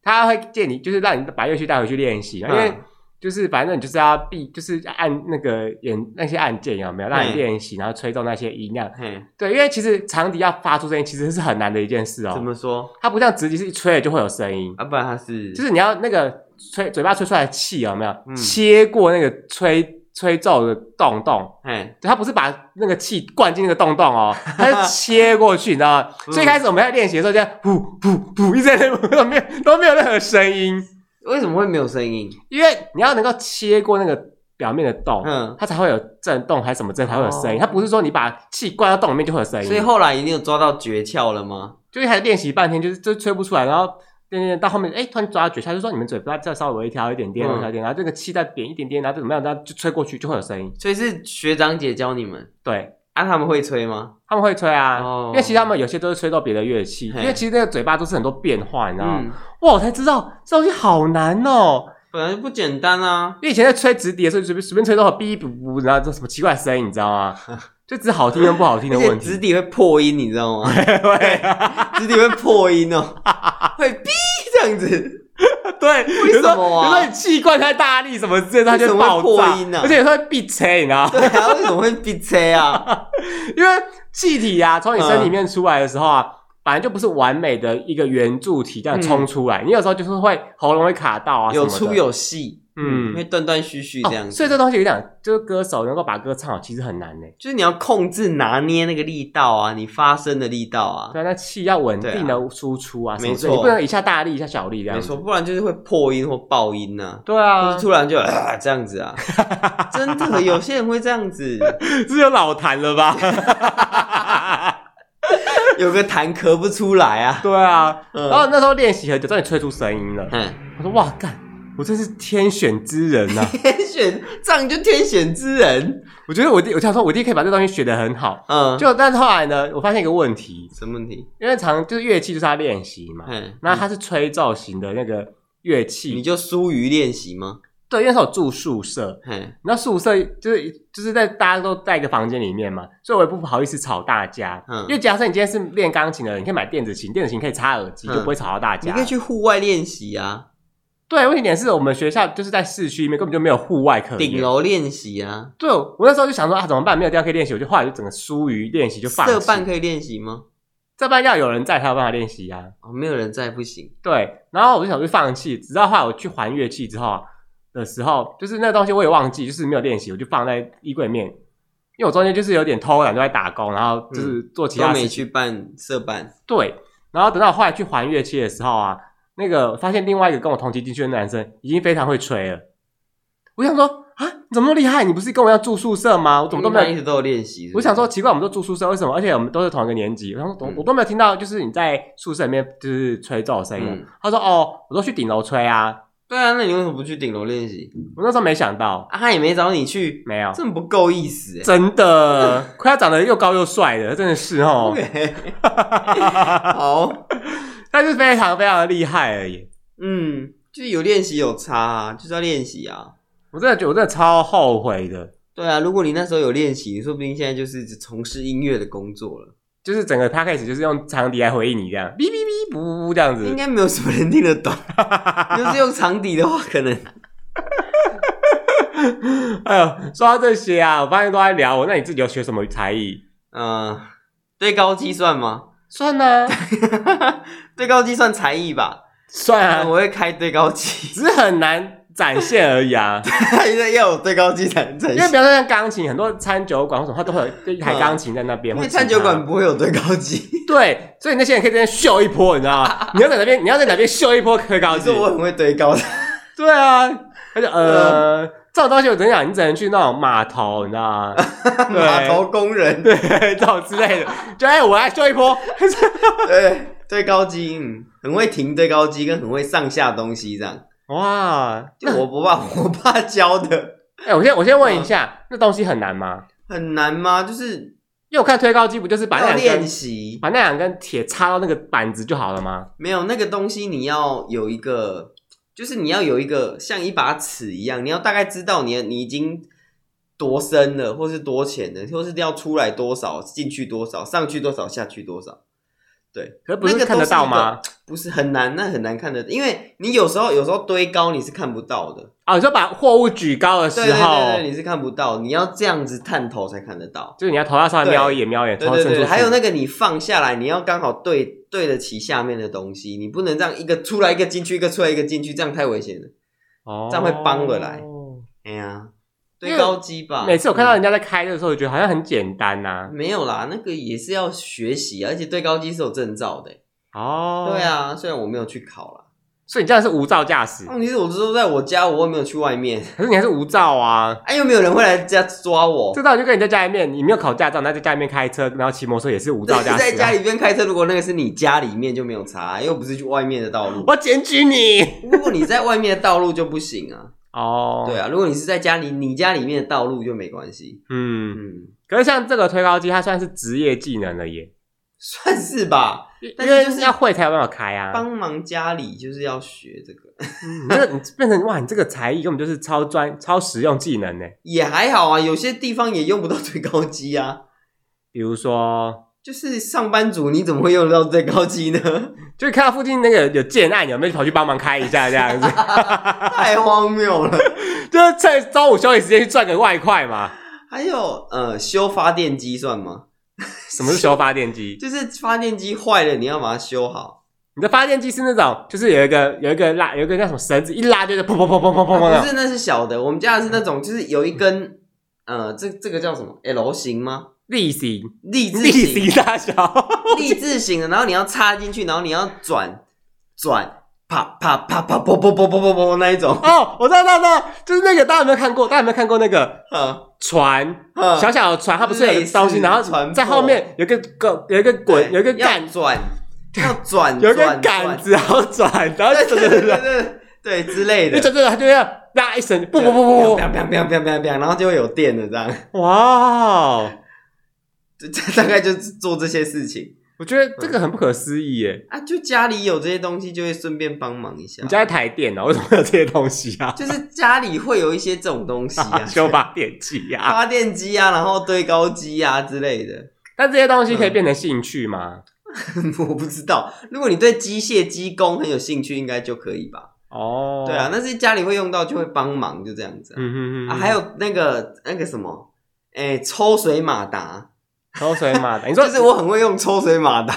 Speaker 1: 他会建你就是让你把乐器带回去练习，因
Speaker 2: 嗯
Speaker 1: 为就是反正你就是要必就是按那个演那些按键有没有让你
Speaker 2: 嗯
Speaker 1: 练习，然后吹奏那些音量，
Speaker 2: 嘿，
Speaker 1: 对，因为其实长笛要发出声音，其实是很难的一件事
Speaker 2: 怎
Speaker 1: 哦。
Speaker 2: 么说？
Speaker 1: 它不像直笛是一吹了就会有声音，
Speaker 2: 啊，不然他是
Speaker 1: 就是你要那个吹嘴巴吹出来的气有没有、
Speaker 2: 嗯
Speaker 1: 切过那个吹吹奏的洞洞？
Speaker 2: 嘿，
Speaker 1: 对，它不是把那个气灌进那个洞洞 哦，它是切过去，你知道吗？
Speaker 2: 嗯
Speaker 1: 所以一开始我们在练习的时候，就这样噗噗噗一直在那边都没有都没有任何声音，
Speaker 2: 为什么会没有声音？
Speaker 1: 因为你要能够切过那个表面的洞。
Speaker 2: 嗯，
Speaker 1: 它才会有震动，还是什么震才会有声音？
Speaker 2: 哦
Speaker 1: 它不是说你把气灌到洞里面就会有声音。
Speaker 2: 所以后来一定有抓到诀窍了吗？
Speaker 1: 就是还练习半天，就是就吹不出来，然后练练练到后面，哎，突然抓到诀窍，就说你们嘴巴再稍微微调一点点，
Speaker 2: 嗯
Speaker 1: 微调一点，然后这个气再扁一点点，然后怎么样，然后就吹过去就会有声音。
Speaker 2: 所以是学长姐教你们，
Speaker 1: 对，
Speaker 2: 啊，他们会吹吗？
Speaker 1: 他们会吹啊，
Speaker 2: 哦
Speaker 1: 因为其实他们有些都是吹到别的乐器，因
Speaker 2: 嘿
Speaker 1: 为其实那个嘴巴都是很多变化，你知道吗？
Speaker 2: 嗯，
Speaker 1: 哇，我才知道这东西好难哦。
Speaker 2: 本来就不简单啊。
Speaker 1: 因为以前在吹直笛的时候，随便随便吹都有哔哔哔，然后这什么奇怪的声音，你知道吗？就只是好听跟不好听
Speaker 2: 而
Speaker 1: 的
Speaker 2: 且
Speaker 1: 问
Speaker 2: 直
Speaker 1: 题。
Speaker 2: 笛会破音，你知道 吗？
Speaker 1: 对啊
Speaker 2: 直笛会破音哦，会哔这样子。
Speaker 1: 对，
Speaker 2: 为什么
Speaker 1: 有时
Speaker 2: 啊
Speaker 1: 候有时候你气灌太大力什么之类的，它就会
Speaker 2: 为什么
Speaker 1: 爆
Speaker 2: 会破
Speaker 1: 炸，
Speaker 2: 音啊
Speaker 1: 而且有时候会闭吹，你知道吗？
Speaker 2: 对啊，为什么会哔车啊？
Speaker 1: 因为气体啊，从你身体里面出来的时候
Speaker 2: 嗯
Speaker 1: 啊，本来就不是完美的一个圆柱体这样冲出来，你有时候就是会喉咙会卡到啊，
Speaker 2: 嗯有
Speaker 1: 什么
Speaker 2: 粗
Speaker 1: 的
Speaker 2: 有细，
Speaker 1: 嗯
Speaker 2: 嗯，会断断续续这样
Speaker 1: 哦，
Speaker 2: 子。
Speaker 1: 所以这东西有点就是歌手能够把歌唱好，其实很难呢。
Speaker 2: 就是你要控制拿捏那个力道啊，你发声的力道啊，
Speaker 1: 对啊，那气要稳定的输出啊，什么之类
Speaker 2: 没错
Speaker 1: 你不能一下大力一下小力这样
Speaker 2: 没
Speaker 1: 子
Speaker 2: 错，。不然就是会破音或爆音呐、
Speaker 1: 对
Speaker 2: 啊，或
Speaker 1: 啊
Speaker 2: 是，突然就、啊、这 样子啊，真的有些人会这样子，
Speaker 1: 是有老痰了吧？
Speaker 2: 有个痰咳不出来 啊，
Speaker 1: 对啊，然后
Speaker 2: 嗯，
Speaker 1: 那时候练习很久，终于吹出声音了。
Speaker 2: 嗯
Speaker 1: 我说哇，干，我真是天选之人 呐、
Speaker 2: 天选这样就天选之人，
Speaker 1: 我觉得我弟，我想说，我弟可以把这东西学得很好。
Speaker 2: 嗯，
Speaker 1: 就但是后来呢，我发现一个问题，
Speaker 2: 什么问题？
Speaker 1: 因为常就是乐器就是要练习嘛，
Speaker 2: 嗯，
Speaker 1: 那它是吹奏型的那个乐
Speaker 2: 你
Speaker 1: 器，
Speaker 2: 就疏于练习吗？
Speaker 1: 对，因为那时候我住宿舍，
Speaker 2: 嘿，
Speaker 1: 那宿舍就是就是在大家都在一个房间里面嘛，所以我也不好意思吵大家，
Speaker 2: 嗯
Speaker 1: 因为假设你今天是练钢琴的人，你可以买电子琴，电子琴可以插耳机，
Speaker 2: 嗯
Speaker 1: 就不会吵到大
Speaker 2: 你
Speaker 1: 家
Speaker 2: 可以。去户外练习啊，
Speaker 1: 对，问题点是我们学校就是在市区里面，根本就没有户外课。
Speaker 2: 顶。楼练习啊，
Speaker 1: 对，我那时候就想说啊，怎么办？没有地方可以练习，我就后来就整个疏于练习，就放弃。
Speaker 2: 社办可以练习吗？
Speaker 1: 这班要有人在才有办法练习啊。
Speaker 2: 哦，没有人在不行。
Speaker 1: 对，然后我就想去放弃，直到后来我去还乐器之后啊的时候，就是那东西我也忘记，就是没有练习，我就放在衣柜里面。因为我中间就是有点偷懒，都在打工，然后就是做其
Speaker 2: 嗯都
Speaker 1: 他事
Speaker 2: 没
Speaker 1: 情。
Speaker 2: 去办社办，
Speaker 1: 对，然后等到我后来去还乐器的时候啊，那个发现另外一个跟我同期进去的男生已经非常会吹了。我想说啊，你怎么那么厉害？你不是跟我要住宿舍吗？我怎么都没有
Speaker 2: 一直都有练习是不
Speaker 1: 我
Speaker 2: 是。
Speaker 1: 想说奇怪，我们都住宿舍，为什么？而且我们都是同一个年级，然后我
Speaker 2: 嗯
Speaker 1: 我都没有听到，就是你在宿舍里面就是吹奏的声音。
Speaker 2: 嗯
Speaker 1: 他说：“哦，我都去顶楼吹啊。
Speaker 2: 对啊，那你为什么不去顶楼练习？”
Speaker 1: 我那时候没想到，
Speaker 2: 啊，他也没找你去，
Speaker 1: 没有，
Speaker 2: 真不够意思欸。
Speaker 1: 真的，快要长得又高又帅的，真的是哦，
Speaker 2: OK，好，
Speaker 1: 但是非常非常的厉害而已。
Speaker 2: 嗯，就是有练习有差啊，就是要练习啊。
Speaker 1: 我真的觉得我真的超后悔的，
Speaker 2: 对啊，如果你那时候有练习，你说不定现在就是从事音乐的工作了，
Speaker 1: 就是整个 p a c k a g e 就是用长笛来回应你这样，哔哔哔，不不不这样
Speaker 2: 应
Speaker 1: 子。
Speaker 2: 该没有什么人听 得懂。就是用长笛的话，可能
Speaker 1: 哎呦，说到这些啊，我发现都在聊我，那你自己有学什么才艺？
Speaker 2: 呃，对高机算吗？
Speaker 1: 算啊呢、
Speaker 2: 对高机算才艺吧，
Speaker 1: 算啊，
Speaker 2: 我会开对高机，
Speaker 1: 只是很难展现而已啊。
Speaker 2: 要有对高机才能成
Speaker 1: 因为
Speaker 2: 型
Speaker 1: 比。方说像钢琴，很多餐酒馆或什么，它都会有一台钢琴在那边，
Speaker 2: 嗯因
Speaker 1: 或者
Speaker 2: 为
Speaker 1: 吉他
Speaker 2: 餐酒馆不会有对高机，
Speaker 1: 对，所以那些人可以在那边秀一波，你知道吗？你要在哪边，你要在哪边秀一波可以高
Speaker 2: 可
Speaker 1: 级
Speaker 2: 是。我很会对高 的。
Speaker 1: 对啊，而且呃，
Speaker 2: 嗯
Speaker 1: 这种东西我跟你讲，你只能去那种码头，你知道吗？对
Speaker 2: 码头工人，
Speaker 1: 对，这种之类的，就哎，我来秀一波，
Speaker 2: 对对高机，嗯，很会停对高机，跟很会上下东西这样。
Speaker 1: 哇！
Speaker 2: 就我我爸 我爸教的
Speaker 1: 哎，我先我先问
Speaker 2: 嗯
Speaker 1: 一下，那东西很难吗？
Speaker 2: 很难吗？就是
Speaker 1: 因为我看推高机不就是把那
Speaker 2: 要
Speaker 1: 两
Speaker 2: 练
Speaker 1: 根
Speaker 2: 习，
Speaker 1: 把那两根铁插到那个板子就好了吗？
Speaker 2: 没有那个东西，你要有一个，就是你要有一个像一把尺一样，你要大概知道你你已经多深了，或是多浅了，或是要出来多少，进去多少，上去多少，下去多少。对，
Speaker 1: 可是不是
Speaker 2: 那个
Speaker 1: 看
Speaker 2: 都
Speaker 1: 得
Speaker 2: 是
Speaker 1: 到
Speaker 2: 一个
Speaker 1: 吗？
Speaker 2: 不是很难，那很难看得，因为你有时候有时候堆高你是看不到的。
Speaker 1: 啊，你说把货物举高的
Speaker 2: 对
Speaker 1: 时
Speaker 2: 对
Speaker 1: 候，
Speaker 2: 对对，你是看不到，你要这样子探头才看得到。
Speaker 1: 就是你要头要稍微瞄一眼，瞄一眼，
Speaker 2: 对
Speaker 1: 头
Speaker 2: 对
Speaker 1: 伸出去。
Speaker 2: 对，还有那个你放下来，你要刚好对对得起下面的东西，你不能这样一个出来一个进去，一个出来一个进去，这样太危险了。
Speaker 1: 哦
Speaker 2: 这样会帮回来哎呀，
Speaker 1: 因
Speaker 2: 对
Speaker 1: 为
Speaker 2: 高机吧。
Speaker 1: 每次我看到
Speaker 2: 嗯
Speaker 1: 人家在开的时候，我觉得好像很简单呐、
Speaker 2: 没有啦，那个也是要学习，而且对高机是有证照的。
Speaker 1: 哦，
Speaker 2: 对，啊，虽然我没有去考啦，
Speaker 1: 所以你这样是无照驾驶，
Speaker 2: 问题是我都在我家，我又没有去外面，
Speaker 1: 可是你还是无照啊。
Speaker 2: 哎，又没有人会来家抓我
Speaker 1: 这。道就跟你在家里面，你没有考驾照，那在家里面开车，然后骑摩托车也是无照驾驶、啊。
Speaker 2: 在家，里边开车，如果那个是你家里面就没有查，又不是去外面的 道路。
Speaker 1: 我检举你。
Speaker 2: 如果你在外面的道路就不行啊。
Speaker 1: 哦，
Speaker 2: 对
Speaker 1: 啊，
Speaker 2: 啊，如果你是在家里，你家里面的道路就没关系。
Speaker 1: 嗯，
Speaker 2: 嗯，
Speaker 1: 可是像这个推高机，它算是职业技能了耶，
Speaker 2: 算是吧。但
Speaker 1: 因为
Speaker 2: 是就是
Speaker 1: 要会才有办法开啊。
Speaker 2: 帮忙家里就是要学这个，
Speaker 1: 嗯你这个你变成哇，你这个才艺根本就是超专、超实用技能呢。
Speaker 2: 也还好啊。有些地方也用不到最高机啊。
Speaker 1: 比如说，
Speaker 2: 就是上班族，你怎么会用得到最高 机呢？
Speaker 1: 就看到附近那个有建案，有没有跑去帮忙开一下这样子？
Speaker 2: 太荒谬了。
Speaker 1: 就是趁中午休息时间去赚个外快嘛。
Speaker 2: 还有，呃，修发电机算吗？
Speaker 1: 什么是修发电机？
Speaker 2: 就是发电机坏了，你要把它修好。
Speaker 1: 你的发电机是那种，就是有一个有一个拉有一个叫什么绳子，一拉就是砰砰砰砰砰砰砰
Speaker 2: 啊
Speaker 1: 的。
Speaker 2: 不是，那是小的。我们家的是那种，就是有一根，呃，这这个叫什么 L 型吗？
Speaker 1: 例行
Speaker 2: 立字
Speaker 1: 例
Speaker 2: 型。
Speaker 1: 行大小，
Speaker 2: 立字型的，然后你要插进去，然后你要转转，啪啪啪啪，啵啵啵啵啵啵啵那一种。
Speaker 1: 哦，我知道，知道，知道，就是那个，大家有没有看过？大家有没有看过那个
Speaker 2: 嗯
Speaker 1: 船？
Speaker 2: 嗯
Speaker 1: 小小的船，它不是有一个东西，
Speaker 2: 类似
Speaker 1: 然
Speaker 2: 船
Speaker 1: 后
Speaker 2: 舶
Speaker 1: 在后面有一个个有一个滚，
Speaker 2: 对
Speaker 1: 有一个
Speaker 2: 要
Speaker 1: 杆，
Speaker 2: 转，要转，
Speaker 1: 有一个
Speaker 2: 转
Speaker 1: 杆，
Speaker 2: 转
Speaker 1: 子，然后转，然后
Speaker 2: 对
Speaker 1: 就
Speaker 2: 对对对对对之 类
Speaker 1: 就
Speaker 2: 的。
Speaker 1: 转转，它就要拉一绳，不不不不
Speaker 2: 砰砰砰砰砰砰，然后就会有电了，这样，
Speaker 1: 不，哇哦！
Speaker 2: 这这大概就是做这些事情
Speaker 1: 我觉得这个很不可思议耶！
Speaker 2: 啊。就家里有这些东西，就会顺便帮忙一下
Speaker 1: 你。家在台电哦，为什么会有这些东西啊？
Speaker 2: 就是家里会有一些这种东西啊，
Speaker 1: 修发电机啊，
Speaker 2: 发电机啊，然后堆高机啊之类的。
Speaker 1: 但这些东西
Speaker 2: 嗯
Speaker 1: 可以变成兴趣吗？
Speaker 2: 我不知道，如果你对机械、机工很有兴趣，应该就可以吧？
Speaker 1: 哦，
Speaker 2: 对啊，，但是家里会用到就会帮忙，就这样子啊。
Speaker 1: 嗯嗯嗯，
Speaker 2: 啊还有那个那个什么，哎、抽水马达，
Speaker 1: 抽水马达，你说
Speaker 2: 就是我很会用抽水 马达，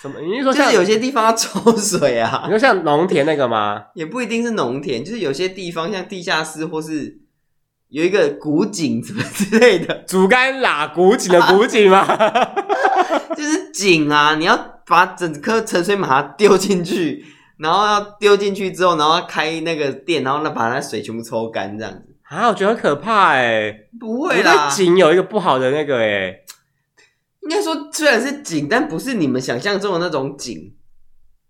Speaker 1: 什么？你是
Speaker 2: 就
Speaker 1: 说像
Speaker 2: 是有些地方要抽水
Speaker 1: 你
Speaker 2: 啊，
Speaker 1: 说像农田那个吗？
Speaker 2: 也不一定是农田，就是有些地方像地下室或是有一个古井什么之类的，
Speaker 1: 竹竿拉古井的古井吗？
Speaker 2: 就是井啊，你要把整颗沉水马达丢进去，然后要丢进去之后，然后开那个电，然后呢把那水全部抽干，这样子
Speaker 1: 啊，我觉得很可怕哎。
Speaker 2: 不
Speaker 1: 我
Speaker 2: 会
Speaker 1: 对
Speaker 2: 啦。
Speaker 1: 井有一个不好的那个哎，
Speaker 2: 应该说虽然是井，但不是你们想象中的那种井，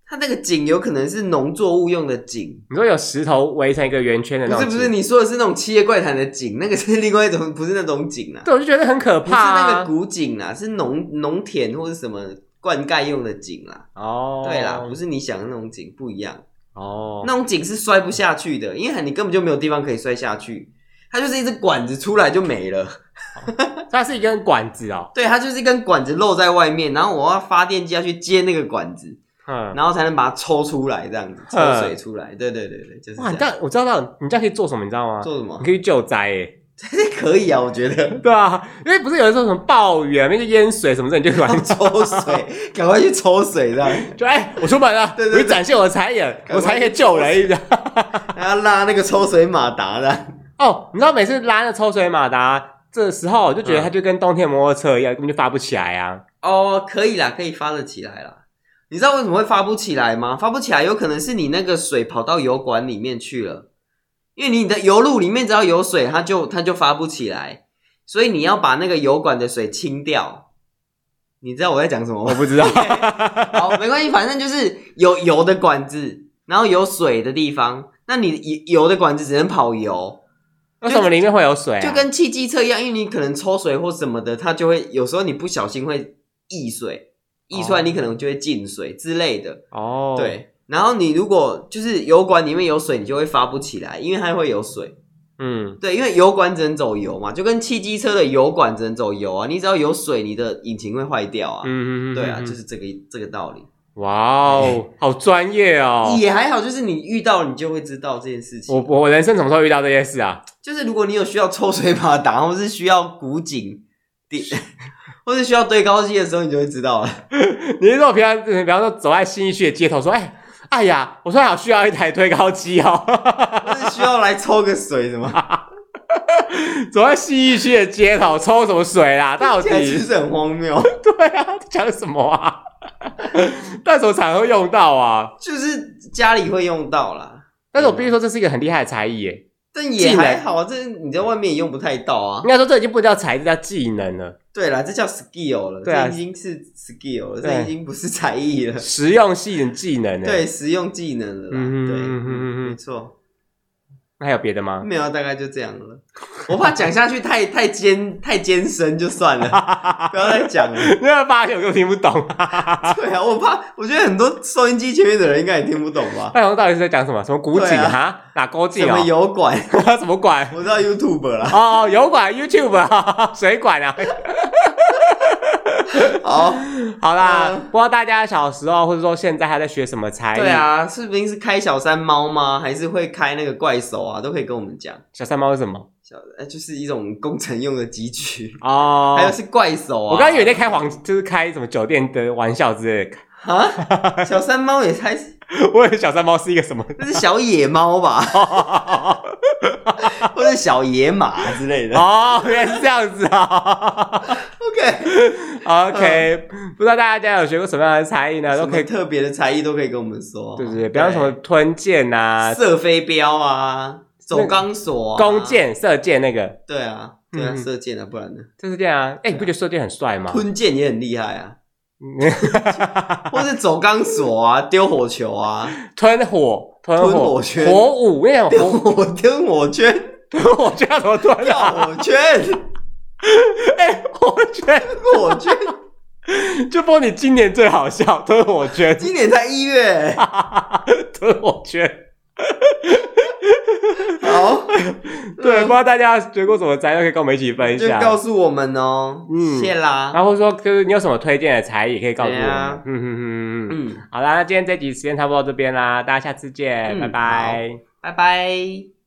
Speaker 2: 它那个井有可能是农作物用的井。
Speaker 1: 你说有石头围成一个圆圈的那
Speaker 2: 不是
Speaker 1: 种，
Speaker 2: 不是，？你说的是那种七夜怪谈的井，那个是另外一种，不是那种井啊，
Speaker 1: 对，我就觉得很可
Speaker 2: 不是
Speaker 1: 怕啊。
Speaker 2: 那个古井啊，是农农田或者什么灌溉用的井啦、
Speaker 1: 哦，
Speaker 2: 对啦，不是你想的那种井不一样。
Speaker 1: 哦，
Speaker 2: 那种井是摔不下去的，因为你根本就没有地方可以摔下去，它就是一只管子出来就没了。
Speaker 1: 它是一根管子哦。
Speaker 2: 对，它就是一根管子露在外面，然后我要发电机要去接那个管子，
Speaker 1: 嗯，
Speaker 2: 然后才能把它抽出来，这样子抽
Speaker 1: 嗯
Speaker 2: 水出来。对对对对，就是
Speaker 1: 哇，你
Speaker 2: 这
Speaker 1: 这
Speaker 2: 样。
Speaker 1: 样我知道，你这样可以做什么，你知道吗？
Speaker 2: 做什么
Speaker 1: 你？可以救灾诶。
Speaker 2: 可以啊，我觉得。
Speaker 1: 对啊，因为不是有人说什么暴雨、啊，那个淹水什么的，你就管
Speaker 2: 要抽水，赶快去抽水，这样，
Speaker 1: 就哎，我出门了，
Speaker 2: 对对对
Speaker 1: 我去展现我的才眼，
Speaker 2: 快
Speaker 1: 我才可以救人一样。
Speaker 2: 还要拉那个抽水马达的。
Speaker 1: 哦，你知道每次拉那抽水马达这时候，我就觉
Speaker 2: 嗯
Speaker 1: 得它就跟冬天摩托车一样，根本就发不起来啊。
Speaker 2: 哦，可以啦，可以发得起来啦。你知道为什么会发不起来吗？发不起来有可能是你那个水跑到油管里面去了，因为你的油路里面只要有水，它就它就发不起来，所以你要把那个油管的水清掉。你知道我在讲什么
Speaker 1: 我
Speaker 2: 吗？
Speaker 1: 不知道，
Speaker 2: 好，没关系，反正就是有油的管子，然后有水的地方，那你油油的管子只能跑油，
Speaker 1: 为什么里面会有水啊？
Speaker 2: 就跟汽机车一样，因为你可能抽水或什么的，它就会有时候你不小心会溢水，溢出来
Speaker 1: 哦
Speaker 2: 你可能就会进水之类的。
Speaker 1: 哦，，
Speaker 2: 对，然后你如果就是油管里面有水，你就会发不起来，因为它会有水。
Speaker 1: 嗯，
Speaker 2: 对，因为油管只能走油嘛，就跟汽机车的油管只能走油啊，你只要有水，你的引擎会坏掉啊。
Speaker 1: 嗯嗯嗯，
Speaker 2: 对啊，
Speaker 1: 嗯
Speaker 2: 就是这个这个道理。
Speaker 1: 哇哦，好专业哦。
Speaker 2: 也还好，就是你遇到你就会知道这件事情。
Speaker 1: 我我我人生什么时候遇到这些事啊？
Speaker 2: 就是如果你有需要抽水马达，或是需要古井地， 或是需要堆高机的时候，你就会知道 了。
Speaker 1: 你是说我平常，比方说走在新一区的街头，说，哎、哎呀，我突然好需要一台推高机哦。
Speaker 2: 或是需要来抽个水什么，
Speaker 1: 走在新一区的街头，抽什么水 啦？到
Speaker 2: 现在其
Speaker 1: 底
Speaker 2: 实很荒谬。
Speaker 1: 对啊， 讲什么啊？但什么场合用到啊？
Speaker 2: 就是家里会用到啦，
Speaker 1: 但是我必须说，这是一个很厉害的才艺耶。
Speaker 2: 但也还好啊。这你在外面也用不太到啊
Speaker 1: 应。该说，这已经不叫才艺，这叫技能了，
Speaker 2: 对啦，这叫 skill 了，
Speaker 1: 对啊
Speaker 2: 这已经是 skill 了，
Speaker 1: 对
Speaker 2: 这已经不是才艺了。
Speaker 1: 实用性的技能呢。，
Speaker 2: 对，实用技能了啦，
Speaker 1: 嗯
Speaker 2: 对，
Speaker 1: 嗯嗯嗯嗯
Speaker 2: 没错，
Speaker 1: 那还有别的吗？
Speaker 2: 没有，大概就这样了。我怕讲下去太 太艰太艰深，就 算了，不要再讲了。
Speaker 1: 因为发现我根本听不懂、啊，
Speaker 2: 对啊，我怕，我觉得很多收音机前面的人应该也听不懂吧？
Speaker 1: 大雄到底是在讲什么？什么古井
Speaker 2: 对啊
Speaker 1: 哈？哪勾井
Speaker 2: 什
Speaker 1: 啊
Speaker 2: 么？油管，
Speaker 1: 什么管？
Speaker 2: 我知道 YouTube 啦。
Speaker 1: 哦，哦油管 YouTube 啊， 水管啊。
Speaker 2: 好，
Speaker 1: 好啦，
Speaker 2: 嗯
Speaker 1: 不知道大家小时候或者说现在还在学什么才艺？
Speaker 2: 对，啊，是不是开小三猫吗？还是会开那个怪手啊？都可以跟我们讲。
Speaker 1: 小三猫是什么？
Speaker 2: 小，呃就是一种工程用的机具，
Speaker 1: 哦，
Speaker 2: 还有是怪手啊。
Speaker 1: 我刚刚以为在开黄，就是开什么酒店的玩笑之类的。
Speaker 2: 啊，小三猫也开，
Speaker 1: 我以为小三猫是一个什么？
Speaker 2: 那是小野猫吧，
Speaker 1: 哦，
Speaker 2: 或者小野马之类的。
Speaker 1: 原来是这样子啊。
Speaker 2: OK，
Speaker 1: OK，不知道大家有学过什么样的才艺呢？都可以
Speaker 2: 嗯什，么特别的才艺都可以跟我们说。
Speaker 1: 对对对，比方什么吞剑啊、
Speaker 2: 射飞镖啊，走钢索、啊、
Speaker 1: 弓，箭、射箭那个，
Speaker 2: 对啊，对啊，
Speaker 1: 嗯
Speaker 2: 射箭啊，不然呢？
Speaker 1: 就是这样啊。哎，你不觉得射箭很帅吗？
Speaker 2: 吞剑也很厉害啊，或是走钢 索啊，丢火球啊，
Speaker 1: 吞火、吞
Speaker 2: 吞
Speaker 1: 火
Speaker 2: 火圈
Speaker 1: 火舞那种
Speaker 2: 丢
Speaker 1: 火
Speaker 2: 火丢火圈，
Speaker 1: 吞火圈要怎么吞
Speaker 2: 跳
Speaker 1: 啊？
Speaker 2: 火圈，
Speaker 1: 哎，火圈。
Speaker 2: 火圈。
Speaker 1: 就播你今年最好 笑， 吞火圈，
Speaker 2: 今年才 一月，
Speaker 1: 吞火圈，
Speaker 2: 好，
Speaker 1: 对，不知道大家学过什么才艺，可以跟我们一起分
Speaker 2: 就
Speaker 1: 享。
Speaker 2: 告诉我们哦，
Speaker 1: 嗯
Speaker 2: 谢啦，
Speaker 1: 然后说，就是你有什么推荐的才艺，也可以告诉我
Speaker 2: 对
Speaker 1: 们。
Speaker 2: 啊
Speaker 1: 嗯嗯嗯嗯，
Speaker 2: 嗯，
Speaker 1: 好啦，那今天这集时间差不多到这边啦，大家下次见，
Speaker 2: 嗯
Speaker 1: 拜拜。
Speaker 2: 拜拜。